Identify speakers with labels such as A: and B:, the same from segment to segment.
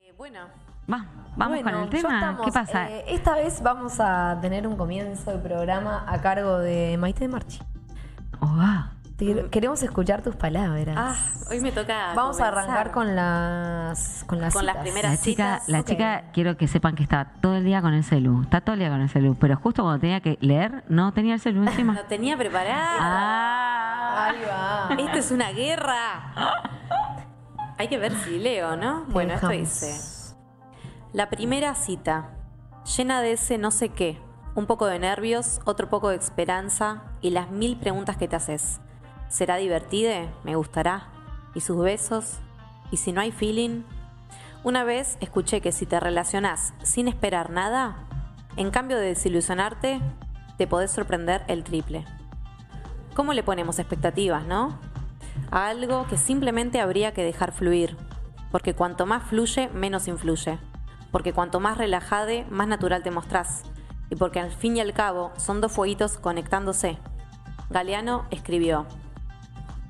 A: Eh,
B: Bueno,
C: Va, vamos
B: Bueno,
C: con el
B: ya
C: tema.
B: estamos.
C: ¿Qué pasa?
B: Eh, esta vez vamos a tener un comienzo de programa a cargo de Maite de Marchi.
C: Oh, va.
B: Te quiero- Queremos escuchar tus palabras.
A: Mm. Ah, hoy me toca.
B: vamos a
A: comenzar.
B: arrancar con las con las
A: Con las
B: citas.
A: primeras
C: La chica,
A: citas.
C: la
B: Ok.
C: chica, quiero que sepan que estaba todo el día con el celu. Está todo el día con el celu. Pero justo cuando tenía que leer, no tenía el celu encima.
A: Lo tenía preparada.
C: ah.
B: Ahí va.
A: Esto es una guerra. Hay que ver si leo, ¿no?
B: Te
A: Bueno, esto
B: dejamos.
A: dice. La primera cita. Llena de ese no sé qué. Un poco de nervios, otro poco de esperanza y las mil preguntas que te haces. ¿Será divertida? ¿Me gustará? ¿Y sus besos? ¿Y si no hay feeling? Una vez escuché que si te relacionás sin esperar nada, en cambio de desilusionarte, te podés sorprender el triple. ¿Cómo le ponemos expectativas, no? A algo que simplemente habría que dejar fluir. Porque cuanto más fluye, menos influye. Porque cuanto más relajade, más natural te mostrás. Y porque al fin y al cabo son dos fueguitos conectándose. Galeano escribió: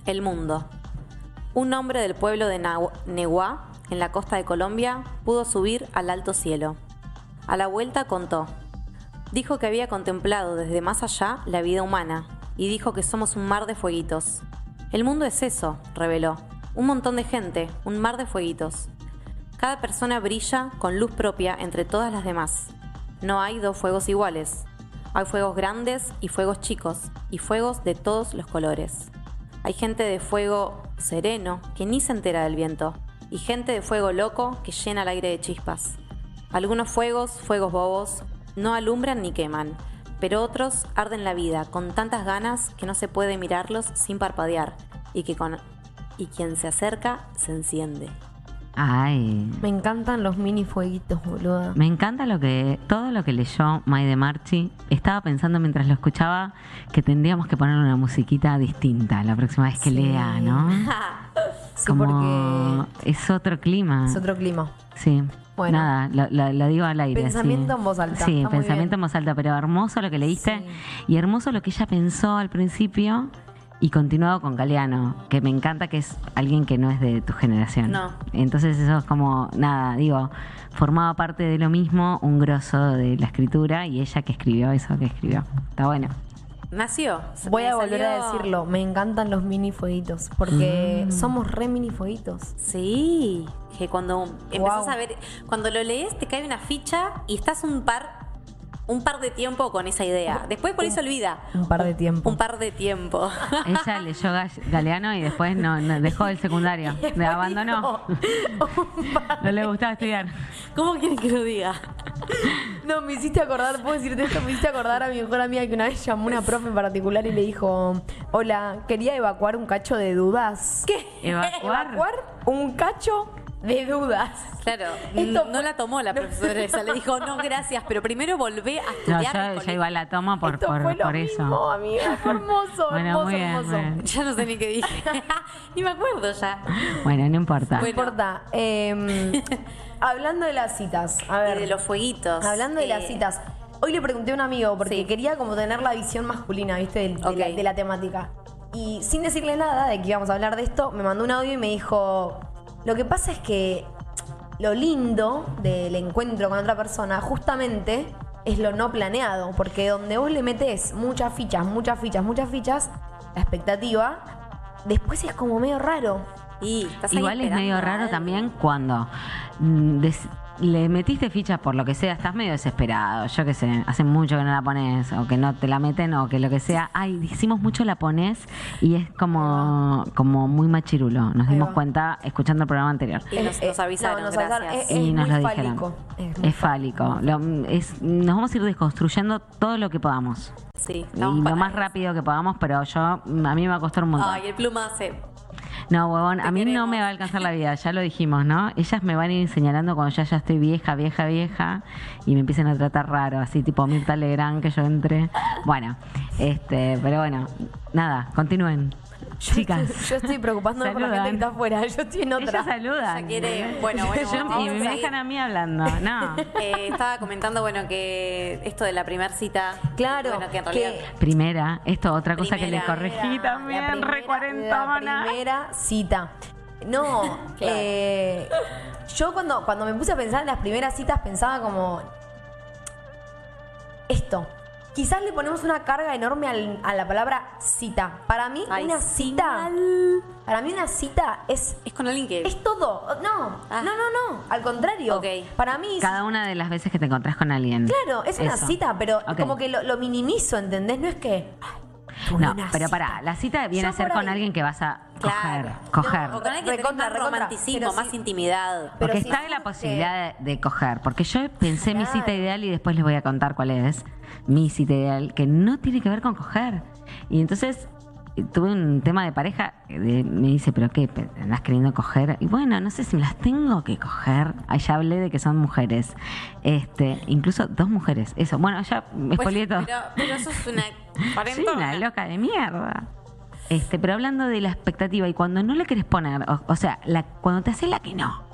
A: El mundo. Un hombre del pueblo de Nahu- Nehuá, en la costa de Colombia, pudo subir al alto cielo. A la vuelta contó. Dijo que había contemplado desde más allá la vida humana y dijo que somos un mar de fueguitos. El mundo es eso, reveló. Un montón de gente, un mar de fueguitos. Cada persona brilla con luz propia entre todas las demás. No hay dos fuegos iguales. Hay fuegos grandes y fuegos chicos, y fuegos de todos los colores. Hay gente de fuego sereno que ni se entera del viento, y gente de fuego loco que llena el aire de chispas. Algunos fuegos, fuegos bobos, no alumbran ni queman, pero otros arden la vida con tantas ganas que no se puede mirarlos sin parpadear, y, que con- y quien se acerca se enciende.
C: Ay.
B: Me encantan los mini fueguitos, boluda.
C: Me encanta lo que todo lo que leyó Maide Marchi. Estaba pensando mientras lo escuchaba que tendríamos que poner una musiquita distinta la próxima vez que
B: Sí.
C: lea, ¿no?
B: Sí,
C: Como
A: Mm.
B: porque
C: es otro clima.
B: es otro clima.
C: Sí.
B: Bueno.
C: Nada, la, la- la digo al aire.
B: Pensamiento
C: sí.
B: en voz alta,
C: Sí,
B: está muy
C: pensamiento
B: bien.
C: en voz alta, pero hermoso lo que leíste
B: Sí.
C: y hermoso lo que ella pensó al principio y continuado con Galeano, que me encanta que es alguien que no es de tu generación.
A: No.
C: Entonces eso es como, nada, digo, formaba parte de lo mismo, un grosso de la escritura y ella que escribió eso que escribió. Está bueno.
A: Nació. Se
B: Voy
A: me
B: a volver
A: salió-
B: a
A: Mm.
B: decirlo, me encantan los mini fueguitos porque somos re mini fueguitos.
A: Sí, que cuando empezás
B: Guau.
A: a ver, cuando lo lees te cae una ficha y estás un par un par de tiempo con esa idea. Después por ahí se olvida.
B: Un par de tiempo.
A: Un par de tiempo.
C: Ella leyó Gall- Galeano y después no, no- dejó el secundario, le abandonó. No le gustaba estudiar.
A: ¿Cómo quieren que lo diga?
B: No, me hiciste acordar, puedo decirte esto, me hiciste acordar a mi mejor amiga que una vez llamó una profe en particular y le dijo, hola, quería evacuar un cacho de dudas. ¿Qué?
C: Evacuar.
B: un cacho de dudas.
A: Claro,
B: Esto
A: no la tomó la profesora esa, le dijo, "No, gracias, pero primero volvé a
C: No,
A: estudiar." al
C: yo ya
A: colegio".
C: iba a la toma por,
B: esto
C: por,
B: fue lo
C: por eso.
B: mismo, amiga, fue hermoso,
C: Bueno,
B: hermoso,
C: muy bien,
B: hermoso.
C: muy bien.
A: Ya no sé ni qué dije. ni me acuerdo ya.
C: Bueno, no importa.
B: No
A: Bueno.
B: importa. eh, hablando de las citas, a ver.
A: Y de los fueguitos.
B: Hablando de las
A: eh,
B: citas, hoy le pregunté a un amigo porque
A: sí.
B: quería como tener la visión masculina, ¿viste? Del- De, la,
A: Ok.
B: de la temática. Y sin decirle nada de que íbamos a hablar de esto, me mandó un audio y me dijo, lo que pasa es que lo lindo del encuentro con otra persona justamente es lo no planeado, porque donde vos le metés muchas fichas, muchas fichas, muchas fichas, la expectativa, después es como medio raro.
A: Y estás ahí
C: Igual es
A: esperando
C: medio
A: a
C: raro
A: algo.
C: también cuando mm, des- le metiste fichas por lo que sea, estás medio desesperado, yo qué sé, hace mucho que no la pones, o que no te la meten, o que lo que sea. Ay, hicimos mucho la pones y es como, como muy machirulo. Nos
B: Ahí
C: dimos
B: va.
C: cuenta escuchando el programa anterior.
A: Y nos, nos
B: Eh, eh,
A: avisaron,
B: no, nos
A: gracias.
B: avisaron, eh,
C: y
B: es
C: nos
B: muy
C: lo dijeron.
B: fálico, es
C: Es,
B: muy
C: fálico. Lo- es- nos vamos a ir desconstruyendo todo lo que podamos.
A: Sí,
C: Y
A: estamos pa-
C: lo más rápido que podamos, pero yo mm, a mí me va a costar un montón.
A: Ay, el pluma hace.
C: No, huevón, a mí no
A: queremos.
C: me va a alcanzar la vida, ya lo dijimos, ¿no? Ellas me van a ir señalando cuando ya, ya estoy vieja, vieja, vieja, y me empiezan a tratar raro, así tipo Mirta Legrand que yo entré. Bueno, este, pero bueno, nada, continúen.
B: Yo
C: Chicas.
B: estoy- Yo estoy preocupándome por la gente
C: Saludan.
B: que está afuera. Yo estoy en otra.
C: Ellas saludan.
A: Ella quiere- bueno, bueno,
C: Yo-
A: vamos
C: y
A: a
C: me
A: ir.
C: dejan a mí hablando, no.
A: Eh, estaba comentando, bueno, que esto de la primera cita.
B: Claro,
A: Bueno, que en
B: que-
A: realidad.
C: Primera, esto otra cosa que le
A: Primera,
C: corregí
B: La
C: también,
B: primera-
C: re cuarentona.
B: La primera cita. No, eh, Yo cuando, cuando me puse a pensar en las primeras citas pensaba como esto. Quizás le ponemos una carga enorme al- a la palabra cita. Para mí
A: Ay,
B: una
A: sí,
B: cita,
A: mal.
B: para mí una cita es
A: Es con alguien que.
B: es todo. No,
A: Ah.
B: no, no, no. Al contrario.
A: Ok.
B: Para mí
C: Cada una de las veces que te encontrás con alguien.
B: Claro, es una
C: Eso.
B: cita, pero
C: Ok.
B: como que lo, lo minimizo, ¿entendés? No es que. ay, tuve
C: No,
B: una
C: pero
B: cita.
C: pará, la cita viene
B: Yo
C: a ser
B: por
C: con
B: ahí-
C: alguien que vas a
A: Claro.
C: coger.
A: No,
C: coger.
A: o con alguien que tenés
B: Recontra,
A: más
B: recontra.
A: romanticismo,
B: Pero
A: más
B: sí.
A: intimidad.
B: Pero eh,
C: Porque
B: si
C: está de la
B: dijiste-
C: posibilidad de, de coger. Porque yo pensé mi cita
B: Claro.
C: ideal y después les voy a contar cuál es. Mi cita ideal, que no tiene que ver con coger. Y entonces eh, tuve un tema de pareja. eh, de- me dice, ¿pero qué? pe- ¿Andás queriendo coger? Y bueno, no sé si me las tengo que coger. Ahí ya hablé de que son mujeres. este Incluso dos mujeres. Eso. Bueno, ya me
B: Pues,
A: Bueno,
C: espolié todo.
A: Pues, pero, pero eso es una.
C: Soy una
A: cuarentona.
C: loca de mierda. Este, pero hablando de la expectativa y cuando no le querés poner, o, o sea, la, cuando te hace la que no.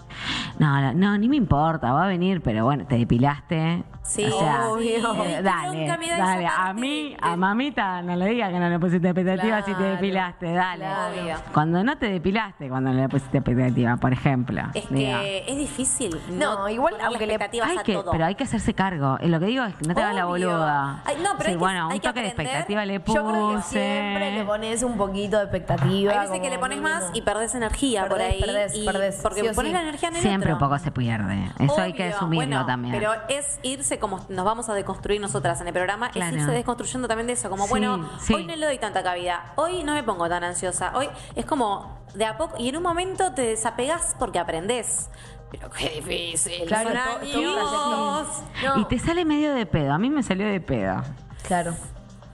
C: No, la- no, ni me importa, va a venir, pero bueno, te depilaste.
A: Sí,
C: o sea,
A: obvio.
C: eh,
A: Qué
C: dale,
A: bronca me da
C: dale.
A: esa
C: A
A: parte
C: mí,
A: de-
C: a mamita, no le digas que no le pusiste expectativa si te
B: Claro,
C: depilaste, dale.
A: claro.
C: Cuando no te depilaste, cuando no le pusiste expectativa, por ejemplo.
A: Es
C: digo.
A: que es difícil.
B: No, igual,
A: ponerle
B: aunque le-
A: expectativas
C: Hay
A: a
C: que,
A: todo.
C: pero hay que hacerse cargo. Eh, Lo que digo es que no te hagas la
A: Obvio.
C: boluda.
A: Ay, no, pero
C: Sí,
A: hay que-
C: bueno,
A: hay
C: un
A: que
C: toque de
A: aprender.
C: expectativa le puse.
B: Yo creo que siempre le pones un poquito de expectativa.
A: Hay veces que
B: como
A: le pones
B: mínimo.
A: más y perdés energía por
B: Perdés,
A: ahí.
B: perdés,
A: y-
B: perdés,
A: Porque
B: sí o
A: pones
B: sí.
A: la energía en el
C: Siempre un
A: otro.
C: poco se pierde. Eso hay que
A: Obvio.
C: asumirlo
A: Bueno,
C: también.
A: Pero es irse como nos vamos a deconstruir nosotras en el programa,
C: Claro.
A: es irse desconstruyendo también de eso. Como,
C: Sí,
A: bueno,
C: sí.
A: hoy no le doy tanta cabida, hoy no me pongo tan ansiosa, hoy es como de a poco. Y en un momento te desapegás porque aprendés. Pero qué difícil.
B: Claro,
A: son
B: todo- todo un
A: años.
B: trayecto. No.
C: Y te sale medio de pedo. A mí me salió de pedo.
B: Claro,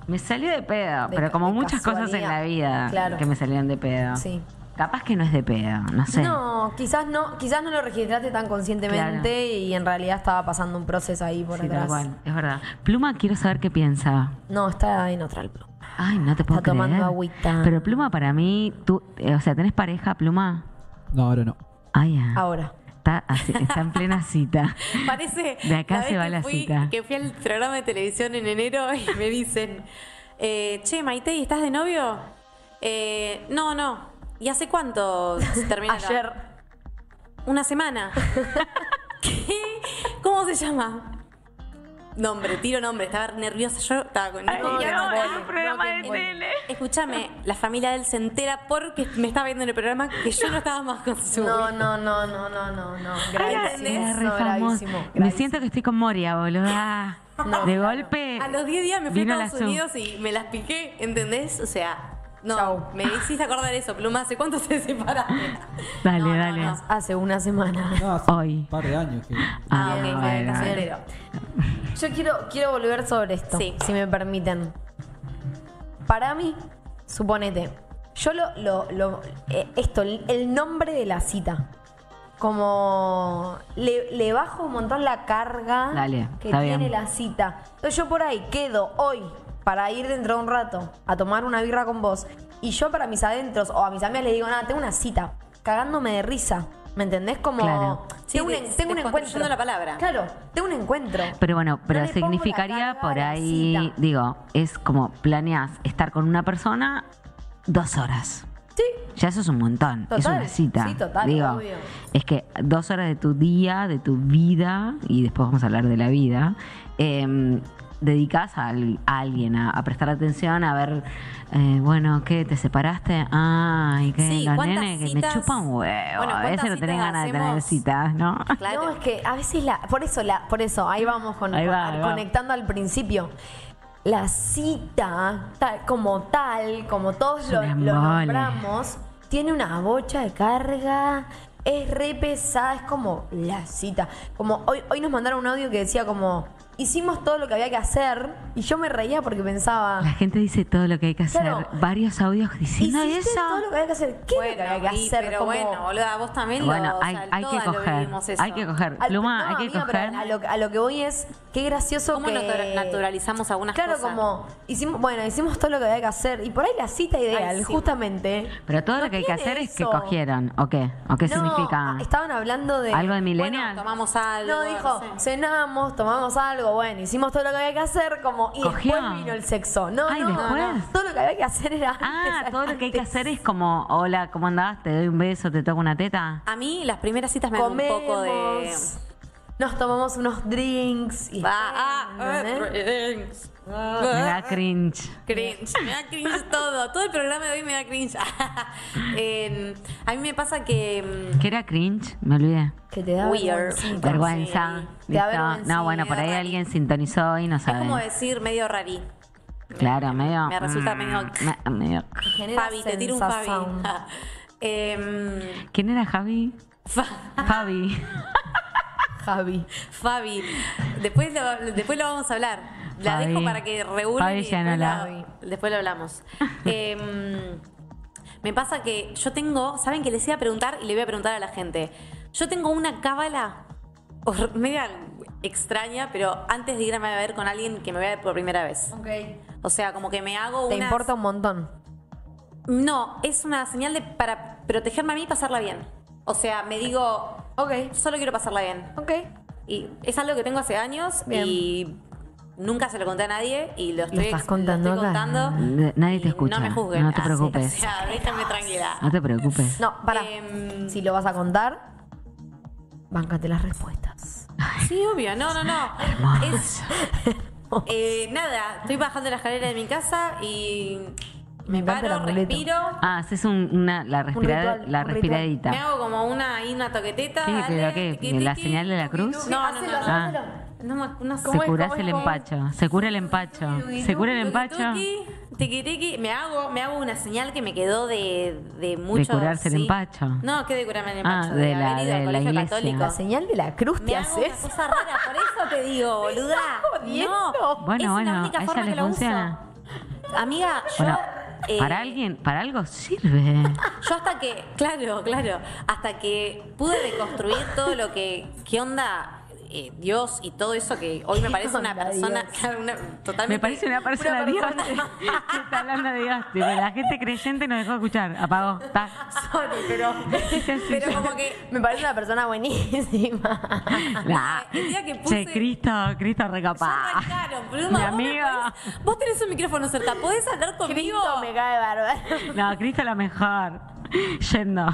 C: Me salió de pedo,
B: De
C: pero
B: ca-
C: como
B: de
C: muchas cosas en la vida
B: Claro.
C: que me salieron de pedo.
B: sí.
C: Capaz que no es de pedo, no sé.
B: No, quizás no, quizás no lo registraste tan conscientemente
C: Claro.
B: y en realidad estaba pasando un proceso ahí por
C: Sí, tal
B: atrás.
C: cual, es verdad. Pluma, quiero saber qué piensa.
B: No, está en otra el plum.
C: Ay, no te puedo
B: Está tomando
C: creer.
B: agüita.
C: Pero Pluma, para mí, tú, eh, o sea, ¿tenés pareja, Pluma?
D: No, ahora no.
C: Ay, ah,
B: Ahora.
C: está, así- está en plena cita.
A: Parece.
C: De acá
A: vez
C: se va
A: que
C: la
A: fui-
C: cita.
A: Que fui al programa de televisión en enero y me dicen: eh, Che, Maite, ¿y ¿estás de novio? Eh, no, no. ¿Y hace cuánto se terminaron?
B: Ayer.
A: Una semana. ¿Qué? ¿Cómo se llama? Nombre, tiro nombre. Estaba nerviosa. Yo estaba con
B: no,
A: Y
B: no,
A: ahora-
B: no, no, programa no, de no. tele.
A: Escúchame, la familia de él se entera porque me está viendo en el programa que yo no estaba más con su.
B: No, no, no, no, no, no, no.
C: Ay, la-
B: Gravísimo,
C: era re
B: no,
C: famoso.
B: gravísimo,
C: Me
B: gravísimo.
C: siento que estoy con Moria, boluda.
B: No,
C: de
B: claro.
C: golpe.
A: A los 10 días me fui
C: vino
A: a
C: la
A: Estados
C: sub.
A: Unidos y me las piqué, ¿entendés? O sea, no,
B: Chau.
A: me hiciste acordar eso, Pluma, ¿hace cuánto se separaron?
C: Dale,
A: No, no,
C: dale.
A: no.
B: Hace una semana.
D: No, hace
C: Hoy.
D: un par de años que.
C: Ah,
A: ok,
C: bueno.
A: bien, está bien.
B: Pero yo quiero, quiero volver sobre esto,
A: Sí.
B: si me permiten. Para mí, suponete, yo lo, lo- lo- eh, esto, el el nombre de la cita. Como le, le bajo un montón la carga
C: Dale,
B: que
C: está
B: tiene
C: bien.
B: la cita. Entonces yo por ahí quedo hoy para ir dentro de un rato a tomar una birra con vos. Y yo para mis adentros o a mis amigas les digo, nada, tengo una cita, cagándome de risa. ¿Me entendés? Como
C: Claro.
A: Sí,
B: tengo un,
A: des-
B: en- tengo un
A: desconstruyendo
B: encuentro.
A: la palabra.
B: Claro, tengo un encuentro.
C: Pero bueno, pero
B: No le pongo la
C: significaría
B: carga a
C: por
B: la
C: ahí,
B: cita.
C: digo, es como planeas estar con una persona dos horas.
B: Sí,
C: Ya eso es un montón, es
B: Total,
C: una cita.
B: sí, total,
C: Digo,
B: obvio.
C: es que dos horas de tu día, de tu vida, y después vamos a hablar de la vida, eh, dedicas a, al- a alguien, a, a prestar atención, a ver, eh, bueno, ¿qué? ¿Te separaste? Ay, que
A: Sí,
C: los
A: ¿cuántas
C: nenes que me
A: citas-
C: chupan huevo.
A: Bueno,
C: a
A: ¿cuántas
C: veces no tenés
A: citas
C: ganas de tener
A: hacemos?
C: citas, ¿no?
A: Claro.
B: No, es que a veces la. Por eso, la, por eso, ahí vamos con,
C: Ahí va,
B: con-
C: ahí va.
B: conectando al principio. La cita, tal, como tal, como todos
C: Es
B: lo,
C: un embole.
B: lo nombramos, tiene una bocha de carga. Es re pesada, es como la cita. Como hoy, hoy nos mandaron un audio que decía como hicimos todo lo que había que hacer y yo me reía porque pensaba.
C: La gente dice todo lo que hay que hacer.
B: Claro.
C: Varios audios diciendo
B: Hiciste
C: eso.
B: todo lo que había que hacer. ¿Qué es lo que había que
A: y-
B: hacer?
A: pero
B: Como-
A: bueno, boluda, vos también
C: Bueno,
A: lo, o
C: hay,
A: sea,
C: hay que
A: todas lo
C: coger.
A: vivimos eso.
C: Hay que coger.
B: Al-
C: Pluma,
B: no,
C: hay que
B: amiga, pero
C: coger.
B: A lo, a lo que voy es, qué gracioso
A: ¿Cómo
B: que...
A: natu- naturalizamos algunas
B: Claro,
A: cosas?
B: como, hicimos, bueno, hicimos todo lo que había que hacer. Y por ahí la cita ideal,
A: Ay, sí.
B: justamente.
C: Pero todo
B: no
C: lo que hay que
B: tiene
C: hacer es que
B: eso.
C: cogieron. ¿O qué? ¿O qué
B: No, ah,
C: significa?
B: Estaban hablando de...
C: ¿Algo de
A: Bueno,
C: millennial?
A: tomamos algo.
B: No, dijo,
A: sé.
B: cenamos, tomamos algo, digo, bueno, hicimos todo lo que había que hacer, como, y
C: Cogió.
B: después vino el sexo. No,
C: Ay,
B: no,
C: ¿después?
B: no. Todo lo que había que hacer era antes.
C: Ah,
B: era
C: todo lo que hay que
B: antes.
C: hacer es como, hola, ¿cómo andás? Te doy un beso, te toco una teta.
A: A mí las primeras citas me dan un
B: Comemos,
A: poco de...
B: nos tomamos unos drinks y...
A: Va, ah,
B: ¿entendés?
A: eh,
C: Me da cringe.
A: Cringe, me da cringe todo. Todo el programa de hoy me da cringe. Eh, a mí me pasa que. mm,
C: ¿Qué era cringe? Me olvidé.
B: que te da
A: Weird.
B: vergüencita.
C: Vergüenza.
B: Te da
C: ¿listo?
B: vergüenza,
C: No, bueno, por ahí
A: da
C: alguien sintonizó y no
A: Es como
C: sabe.
A: decir medio rari.
C: Claro, medio. mm,
A: me resulta medio-
C: me- medio-
B: Te genera
A: Fabi, te tiro un Fabi.
B: sensación.
A: Em,
C: ¿Quién era Javi?
A: Fa-
C: Fabi.
B: Javi.
A: Fabi. Después lo, después lo vamos a hablar. La
C: Fabi.
A: dejo para que reúna.
C: Fabi Gianola.
A: después lo hablamos. Em, me pasa que yo tengo. ¿Saben que les iba a preguntar? Y le voy a preguntar a la gente. Yo tengo una cábala hor- media extraña, pero antes de irme a ver con alguien que me vea por primera vez.
B: Ok.
A: O sea, como que me hago
B: Te
A: unas-
B: importa un montón.
A: No, es una señal de para protegerme a mí y pasarla bien. O sea, me digo,
B: Ok.
A: solo quiero pasarla bien.
B: Ok.
A: Y es algo que tengo hace años
B: Bien.
A: y nunca se lo conté a nadie y lo estoy,
B: estás contando
A: lo estoy
B: acá.
A: contando.
C: N- nadie te
A: y
C: escucha,
A: No me juzguen.
C: no te
A: así,
C: preocupes.
A: O sea, déjame tranquila.
C: No te preocupes.
B: No, pará.
A: Em,
B: si lo vas a contar, bancate las respuestas.
A: Sí, obvio, no, no, no. Es, eh, nada, estoy bajando la escalera de mi casa y me,
B: Me encanta el
A: paro,
B: amuleto.
A: respiro.
C: Ah, haces un- una, la, respirada-
B: ritual,
C: la
B: un
C: respiradita.
A: Me hago como una, ahí una toqueteta.
C: ¿Qué?
A: dale,
C: ¿Pero qué?
A: tiqui,
C: ¿La
A: tiqui,
C: señal de la
A: tuqui,
C: cruz?
A: tuqui.
C: Sí,
A: No, no,
B: hacelo,
A: no.
C: Ah.
B: hacelo.
A: No, me- no sé.
C: Se
B: es?
C: curás
B: ¿Cómo
C: el
B: es? ¿Cómo es?
C: empacho. Se cura el empacho. Se cura el empacho.
A: Tuqui, tiqui, tiqui. Me hago, me hago una señal que me quedó de, de mucho.
C: curarse el empacho.
A: No, que de curarme el empacho.
C: Ah,
A: de,
C: de la-
A: haber ido al
C: de la
A: colegio
C: iglesia.
A: católico.
B: La señal de la cruz
A: Ah. Me
B: te
A: hago una
B: haces.
A: cosa rara, por eso te digo, boluda.
B: jodiendo.
A: No,
C: Bueno,
A: es
C: bueno,
A: la única
C: a ella
A: forma
C: le
A: que lo
C: funciona.
A: uso. Amiga, yo.
C: Bueno,
A: eh,
C: para alguien, para algo sirve.
A: Yo hasta que, claro, claro, hasta que pude deconstruir todo lo que, ¿qué onda? eh, Dios y todo eso que hoy me
B: ¿Qué
A: parece una
B: onda,
A: persona
B: Dios?
A: claro, una- totalmente...
C: Me parece una persona,
B: Una persona.
C: Dios. que está hablando de Dios. Tipo, La gente creyente nos dejó escuchar. Apagó. Está.
B: Sorry, pero,
A: Pero como que...
B: me parece una persona buenísima.
C: Nah.
A: El día que puse-
C: Che, Cristo, Cristo
A: Ya
C: recapaz.
A: arrancaron, pluma,
C: Mi
A: vos me
C: amiga.
A: podés- vos tenés un micrófono cerca, ¿podés hablar conmigo?
B: Cristo me cae bárbaro.
C: No, Cristo la mejor. Yendo.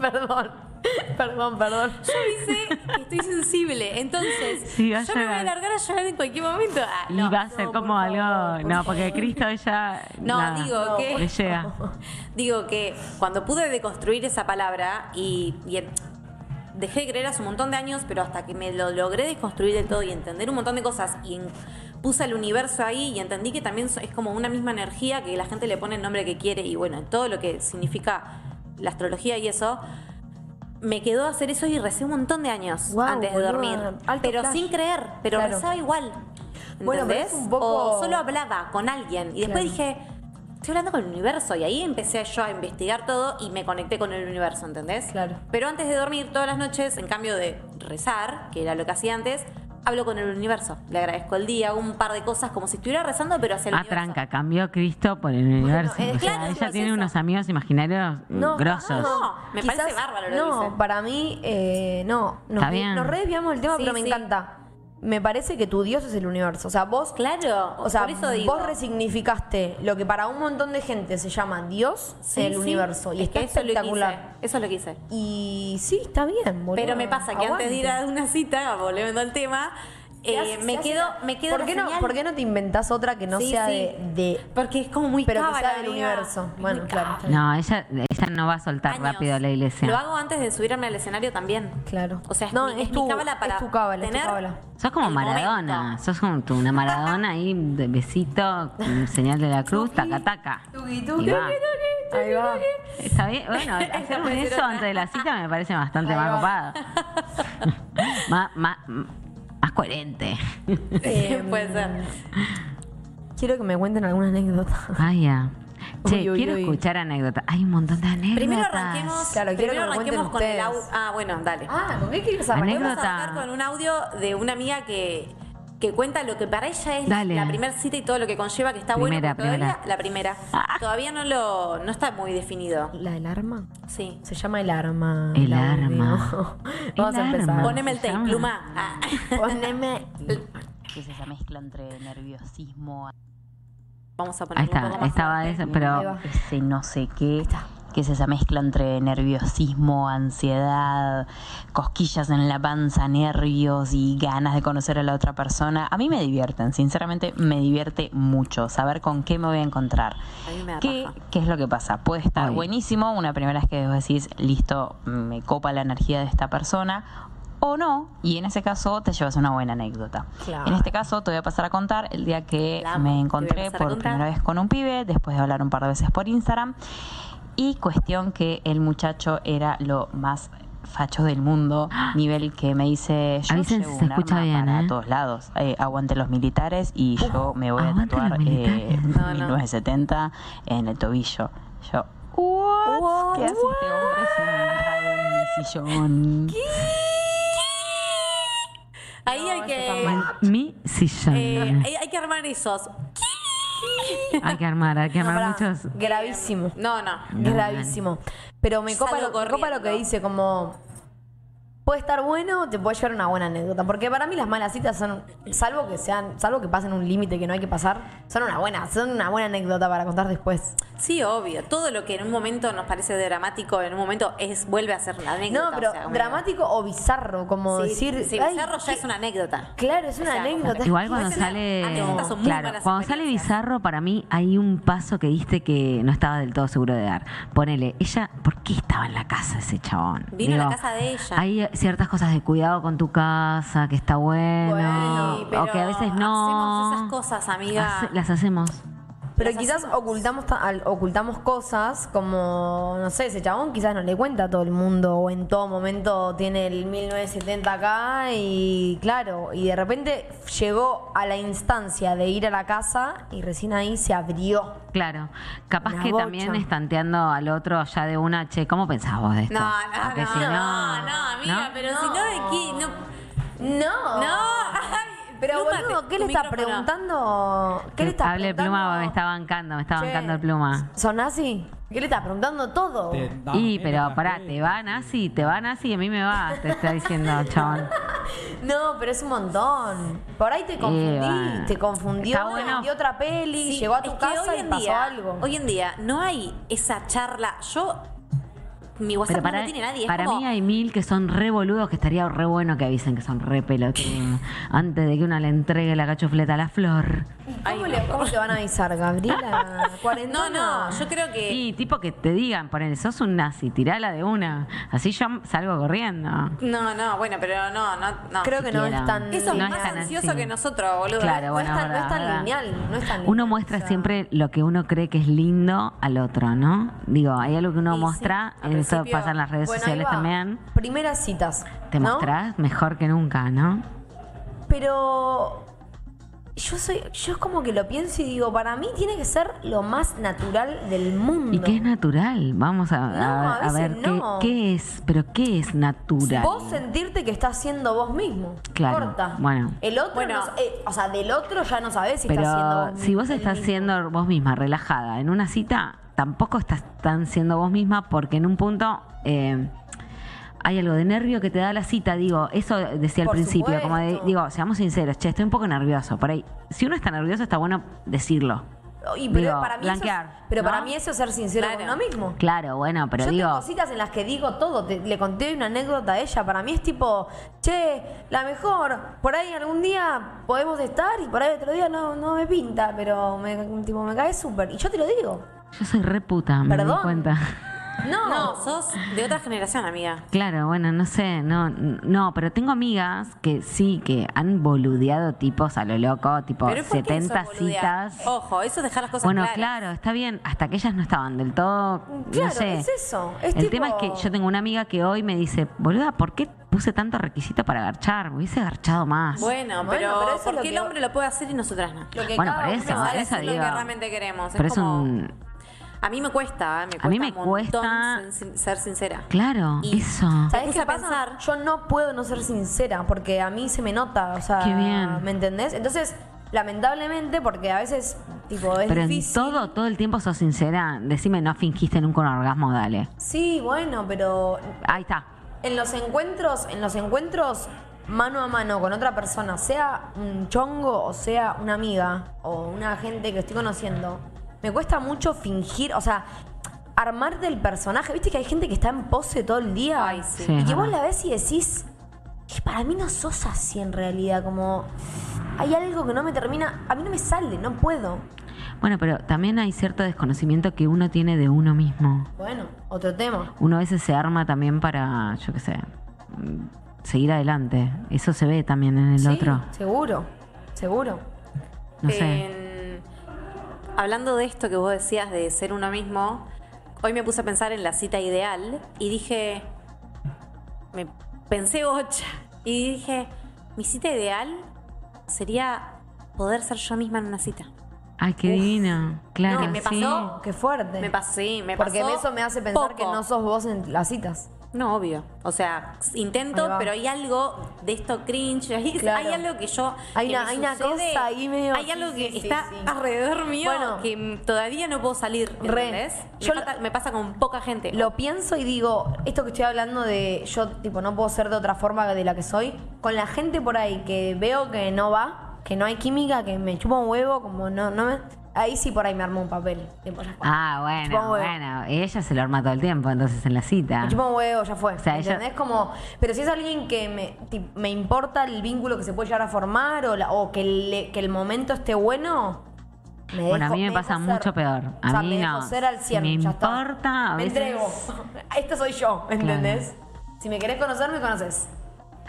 B: Perdón. Perdón, perdón.
A: Yo hice que estoy sensible, entonces
C: Sí, va a
A: yo me voy a
C: llorar.
A: largar a llorar en cualquier momento. Ah,
C: Y
A: no.
C: va a ser
B: no,
C: como
B: por
C: algo.
B: favor, por
C: no, porque Cristo ella.
A: No,
C: nada,
A: digo que-
C: Le llega. Ah,
A: Digo que cuando pude deconstruir esa palabra y, y dejé de creer hace un montón de años, pero hasta que me lo logré desconstruir del todo y entender un montón de cosas y en- puse el universo ahí y entendí que también so- es como una misma energía que la gente le pone el nombre que quiere y bueno, todo lo que significa la astrología y eso. Me quedó hacer eso y recé un montón de años
B: Guau,
A: antes de
B: boluda,
A: dormir.
B: alto
A: Pero
B: flash.
A: sin creer, pero
B: Claro.
A: rezaba igual.
B: Bueno, pero es
A: ¿Entendés?
B: un poco-
A: O solo hablaba con alguien. Y después
B: Claro.
A: dije, estoy hablando con el universo. Y ahí empecé yo a investigar todo y me conecté con el universo, ¿entendés?
B: Claro.
A: Pero antes de dormir todas las noches, en cambio de rezar, que era lo que hacía antes, hablo con el universo. Le agradezco el día, hago un par de cosas como si estuviera rezando, pero hacia el
C: Ah,
A: universo.
C: tranca, cambió Cristo por el universo.
B: eh,
C: o sea,
A: claro,
C: ella
A: es
C: tiene
A: eso.
C: unos amigos imaginarios mm, grosos.
A: no. me parece bárbaro lo que
B: No,
A: dice.
B: para mí, eh, no. Nos,
C: Está bien.
B: nos re desviamos el tema,
A: Sí,
B: pero me
A: sí.
B: encanta. Me parece que tu Dios es el universo. O sea, vos.
A: Claro,
B: O sea,
A: por eso digo.
B: vos resignificaste lo que para un montón de gente se llama Dios
A: Sí,
B: el
A: sí.
B: universo. Y
A: Es
B: está
A: que eso es lo que hice.
B: espectacular.
A: Eso es lo que hice.
B: Y sí, está bien, boludo.
A: Pero me pasa que antes de ir a una cita, volviendo al tema,
B: Se
A: eh,
B: hace- se
A: me,
B: hace
A: quedo,
B: la-
A: me quedo
B: ¿Por
A: la
B: qué, no,
A: señal.
B: ¿Por qué no te inventás otra que no
A: Sí,
B: sea
A: sí.
B: de, de-
A: Porque es como muy
B: Pero que
A: cábala,
B: sea del
A: amiga.
B: universo.
A: Es
B: Bueno,
A: muy
B: claro,
A: cábala.
B: está
C: No, ella, ella no va a soltar
A: años.
C: rápido la iglesia.
A: Lo hago antes de subirme al escenario también.
B: Claro.
A: O sea, es,
B: No,
A: mi, es
B: es
A: mi
B: tu-
A: cábala para
B: es tu cábala, es tu
A: tener
B: cábala.
C: Sos como
A: el
C: Maradona,
A: momento.
C: sos un- tu- una Maradona ahí, de besito, mm, señal de la cruz, taca taca.
B: Tuki,
C: Y
B: tuki,
C: va.
B: Ahí va.
C: Está bien, bueno, hacer un
A: puede ser
C: eso
A: otra.
C: antes de la cita me parece bastante
B: Ahí
C: más
B: va.
C: copado. más, más, más coherente.
B: Eh,
A: Puede ser.
B: Quiero que me cuenten alguna anécdota.
C: Vaya. Che,
B: Uy, uy,
C: quiero
B: uy.
C: escuchar anécdotas. Hay un montón de anécdotas.
A: Primero arranquemos,
B: Claro, quiero
A: primero
B: que me cuenten
A: arranquemos con el
B: ustedes.
A: audio. Ah, bueno, dale.
B: Ah, ¿con qué quieres
C: arrancar?
B: hablar?
A: Vamos a
C: anécdota.
A: arrancar con un audio de una amiga que que cuenta lo que para ella es
C: Dale.
A: la primera cita y todo lo que conlleva que está
C: Primera,
A: bueno. porque todavía-
C: primera. Ah.
A: La primera. Todavía no lo no está muy definido.
B: ¿La del arma?
A: Sí.
B: Se llama el arma.
C: El
B: la audio.
C: arma.
B: Vamos
C: El
B: a empezar.
C: arma.
A: Poneme el
C: Ah, se
A: tape,
C: llama?
A: pluma. Ah.
B: Poneme.
D: que es esa mezcla entre nerviosismo,
A: Vamos a poner
C: Ahí
A: un poco
C: está,
A: más
C: estaba
A: fuerte.
C: esa,
B: Ahí
C: pero
B: va.
D: ese no sé qué, que es esa mezcla entre nerviosismo, ansiedad, cosquillas en la panza, nervios y ganas de conocer a la otra persona. A mí me divierten, sinceramente me divierte mucho saber con qué me voy a encontrar.
A: A mí me da
D: ¿Qué,
A: paja.
D: qué es lo que pasa? Puede estar
C: Ay.
D: buenísimo, una primera vez que vos decís, listo, me copa la energía de esta persona, o no, y en ese caso te llevas una buena anécdota.
B: Claro.
D: En este caso te voy a pasar a contar el día que
A: La amo, te
D: me
A: voy a
D: encontré
A: pasar a
D: por
A: contar.
D: primera vez con un pibe, después de hablar un par de veces por Instagram, y cuestión que el muchacho era lo más facho del mundo, nivel que me dice yo
C: Avisen si
D: llevo
C: se
D: un
C: escucha
D: arma
C: bien,
D: para
C: ¿eh?
D: todos lados, Eh, aguante los militares y yo me voy a
C: aguante los
D: tatuar eh,
C: militares.
A: No, no.
D: 1970 en el tobillo. Yo, ¿what?
A: What?
D: ¿Qué hace este hombre sentado en mi sillón?
A: Ahí hay que.
C: en mi sillón.
A: eh, hay- hay que armar esos.
C: hay que armar, hay que
B: No,
C: armar
B: pará.
C: muchos.
B: Gravísimo.
A: No, no.
B: Gravísimo. Pero me copa,
A: Salgo
B: lo, me copa lo que
A: corriendo.
B: dice, como. Puede estar bueno, te puede llevar una buena anécdota. Porque para mí las malas citas son, salvo que sean, salvo que pasen un límite que no hay que pasar, son una buena, son una buena anécdota para contar después.
A: Sí, obvio. Todo lo que en un momento nos parece dramático, en un momento es vuelve a ser la anécdota.
B: No, pero
A: o sea, como-
B: dramático o bizarro, como
A: Sí,
B: decir.
A: sí,
B: "Ay,
A: bizarro ya
B: qué-
A: es una anécdota.
B: Claro, es una
A: O sea,
B: anécdota.
C: Igual
B: ¿Qué
C: cuando
B: es la-
C: sale,
A: anécdotas son muy
C: claro,
A: malas
C: cuando sale
A: experiencias.
C: bizarro, para mí hay un paso que diste que no estaba del todo seguro de dar. Ponele, ella, ¿por qué estaba en la casa ese chabón?
A: Vino a la casa de ella.
C: Hay ciertas cosas de cuidado con tu casa, que está bueno,
A: Sí, pero
C: o que a veces no.
A: Hacemos esas cosas, amiga.
C: Hace- las hacemos.
B: Pero
A: Las
B: quizás
A: hacemos.
B: ocultamos, ta- al- ocultamos cosas como, no sé, ese chabón quizás no le cuenta a todo el mundo o en todo momento tiene el 1970 acá y claro, y de repente llegó a la instancia de ir a la casa y recién ahí se abrió.
C: Claro, capaz
B: Una
C: que
B: bocha.
C: también estanteando al otro ya de una, che, ¿cómo pensabas vos de esto?
A: No, no,
C: Ah, que
A: no,
C: si
A: no, no, amiga,
C: ¿no?
A: pero si no de aquí, no.
B: No,
A: No,
B: Pero
A: Pluma,
B: boludo,
A: te-
B: ¿qué
A: tu
B: le está
A: micrófono.
B: preguntando? ¿Qué le está
C: Hable
B: preguntando?
C: pluma, me está bancando, me está
B: Che.
C: bancando el pluma.
B: ¿Son así? ¿Qué le está preguntando todo?
E: Te- no,
C: y,
E: nena,
C: pero pará,
E: ¿qué?
C: te van así, te van así y a mí me va, te está diciendo, chabón.
B: No, pero es un montón. Por ahí te confundí,
C: bueno.
B: te confundió,
C: Está
B: te
C: bueno.
B: vendió otra peli,
A: Sí,
B: llegó a tu
A: es que
B: casa
A: hoy
B: y
A: en
B: pasó
A: día-
B: algo.
A: Hoy en día no hay esa charla. Yo, mi WhatsApp
C: Pero para,
A: no lo tiene nadie. es
C: para
A: como-
C: mí hay mil que son re boludos que estaría re bueno que avisen que son re pelotudos antes de que una le entregue la cachufleta a la flor.
B: ¿Cómo, le- cómo te van a avisar, Gabriela?
A: No,
B: ¿Cuarentona?
A: no, yo creo que.
C: Y tipo que te digan, ponele, sos un nazi, tirala de una. Así yo salgo corriendo.
A: No, no, bueno, pero no, no, no.
B: Creo que no es
C: Siquiera.
B: tan...
A: Eso es
C: No
A: más
C: es tan
A: ansioso
C: así.
A: que nosotros, boludo.
C: Claro,
B: no es
C: bueno,
B: tan, no es
C: verdad,
B: tan
C: verdad.
B: lineal, no es tan
C: Uno
B: lineal,
C: muestra
B: o sea.
C: siempre lo que uno cree que es lindo al otro, ¿no? Digo, hay algo que uno
A: Y sí,
C: muestra,
A: al
C: eso
A: principio-
C: pasa en las redes
B: Bueno, ahí
C: sociales
B: va.
C: también.
B: Primeras citas.
C: Te
B: ¿no?
C: mostrás mejor que nunca, ¿no?
B: Pero yo soy, yo es como que lo pienso y digo, para mí tiene que ser lo más natural del mundo.
C: Y que es natural. Vamos a,
B: No, a
C: a- a ver
B: veces
C: qué,
B: no.
C: qué es, pero qué es natural.
B: Vos sentirte que estás siendo vos mismo.
C: Claro,
B: Corta.
C: bueno.
B: El otro,
A: Bueno.
B: no sa- eh, o sea, del otro ya no sabés si estás siendo
C: Pero
B: vos
C: si vos
B: el
C: estás
B: mismo.
C: siendo vos misma, relajada, en una cita, tampoco estás tan siendo vos misma porque en un punto eh, hay algo de nervio que te da la cita. Digo, eso decía al
B: Por
C: principio, como de,
B: supuesto.
C: digo, seamos sinceros, che, estoy un poco nervioso. Por ahí, si uno está nervioso, está bueno decirlo.
B: Y pero
C: digo,
B: para mí eso,
C: blanquear,
B: es- pero
C: ¿no?
B: para mí eso es ser sincero
A: Claro.
B: con uno mismo.
C: Claro, bueno, pero
B: Yo
C: digo.
B: tengo citas en las que digo todo. Te- le conté una anécdota a ella. Para mí es tipo, che, la mejor. Por ahí algún día podemos estar y por ahí otro día no, no me pinta, pero me, tipo, me cae súper. Y yo te lo digo.
C: Yo soy re puta, me
B: Perdón.
C: doy cuenta.
B: No,
A: No, sos de otra generación, amiga.
C: Claro, bueno, no sé, no, no, pero tengo amigas que sí, que han boludeado tipos a lo loco, tipo
A: Pero ¿por qué eso
C: 70
A: es boludear?
C: citas.
A: Ojo, eso es dejar las cosas
C: Bueno,
A: claras.
C: claro, está bien, hasta que ellas no estaban del todo.
B: Claro,
C: no sé.
B: es eso, es
C: el
B: tipo-
C: tema es que yo tengo una amiga que hoy me dice, boluda, ¿por qué puse tanto requisito para garchar? Me hubiese garchado más.
A: Bueno,
B: Bueno,
A: pero,
B: pero eso es
A: ¿por
B: lo
A: qué el
B: que-
A: hombre lo puede hacer y nosotras no?
B: Lo que
C: Bueno,
B: cada
C: por
B: uno
C: eso,
B: sabe
C: eso
A: es lo
C: digo.
A: que realmente queremos.
C: pero
A: es
C: es
A: como...
C: un.
A: A mí me cuesta, ¿eh? me cuesta
C: A mí me
A: un montón
C: cuesta-
A: sin- sin- ser sincera.
C: Claro,
A: Y-
C: eso.
A: Me
B: ¿Sabes
A: puse
B: qué
A: a
B: pasa?
A: pensar.
B: Yo no puedo no ser sincera porque a mí se me nota, o sea,
C: Qué bien.
B: ¿me entendés? Entonces, lamentablemente, porque a veces, tipo, es
C: Pero
B: difícil.
C: en todo, todo el tiempo sos sincera. Decime, no fingiste nunca un orgasmo, dale.
B: Sí, bueno, pero
C: Ahí está.
B: en los encuentros, en los encuentros mano a mano con otra persona, sea un chongo o sea una amiga o una gente que estoy conociendo, me cuesta mucho fingir, o sea, armarte el personaje. Viste que hay gente que está en pose todo el día.
A: Ay, sí.
C: Sí,
B: y
C: es
B: que vos
C: verdad.
B: la ves y decís, que para mí no sos así en realidad, como hay algo que no me termina, a mí no me sale, no puedo.
C: Bueno, pero también hay cierto desconocimiento que uno tiene de uno mismo.
B: Bueno, otro tema.
C: Uno a veces se arma también para, yo qué sé, mm, seguir adelante. Eso se ve también en el
B: Sí,
C: otro.
B: Seguro, seguro.
C: No sé.
A: En- hablando de esto que vos decías de ser uno mismo, hoy me puse a pensar en la cita ideal y dije, me pensé bocha y dije, mi cita ideal sería poder ser yo misma en una cita.
C: Ay, qué divino. Claro,
A: que me
C: Ah, sí.
A: pasó.
B: Qué fuerte.
A: Me pasó, sí, me
B: Porque
A: pasó
B: eso me hace pensar que
A: poco.
B: no sos vos en las citas.
A: No, obvio. O sea,
B: Ahí
A: intento,
B: va.
A: pero hay algo de esto cringe. Hay,
B: Claro.
A: hay algo que yo.
B: Hay
A: que
B: una-
A: me
B: hay una
A: sucede,
B: cosa ahí medio-
A: Hay algo
B: sí,
A: que
B: sí, sí,
A: está
B: sí.
A: alrededor mío
B: Bueno.
A: que m- todavía no puedo salir.
B: Re.
A: ¿Entendés? Me,
B: Yo
A: pata-
B: lo-
A: me pasa con poca gente.
B: Eh, Lo pienso y digo, esto que estoy hablando de yo, tipo, no puedo ser de otra forma que de la que soy, con la gente por ahí que veo que no va, que no hay química, que me chupa un huevo, como no, no me... Ahí sí por ahí me armó un papel. Tipo, ya fue.
C: Ah,
B: Me chupa
C: bueno,
B: un huevo.
C: bueno. Y ella se lo arma todo el tiempo, entonces en la cita.
B: Me chupa un huevo, ya fue.
C: sea, ella-
B: ¿Entendés? Como, pero si es alguien que me, ti- me importa el vínculo que se puede llegar a formar o, la- o que, le- que el momento esté bueno, me
C: Bueno, a
B: dejo-
C: mí me
B: dejo
C: pasa
B: ser.
C: mucho peor. A
B: o sea,
C: mí
B: me
C: no.
B: dejo ser al
C: Si
B: 100,
C: me
B: ya está.
C: importa, a
B: me
C: veces-
B: entrego. Esta soy yo, ¿me ¿entendés? Si me querés conocer, me conoces.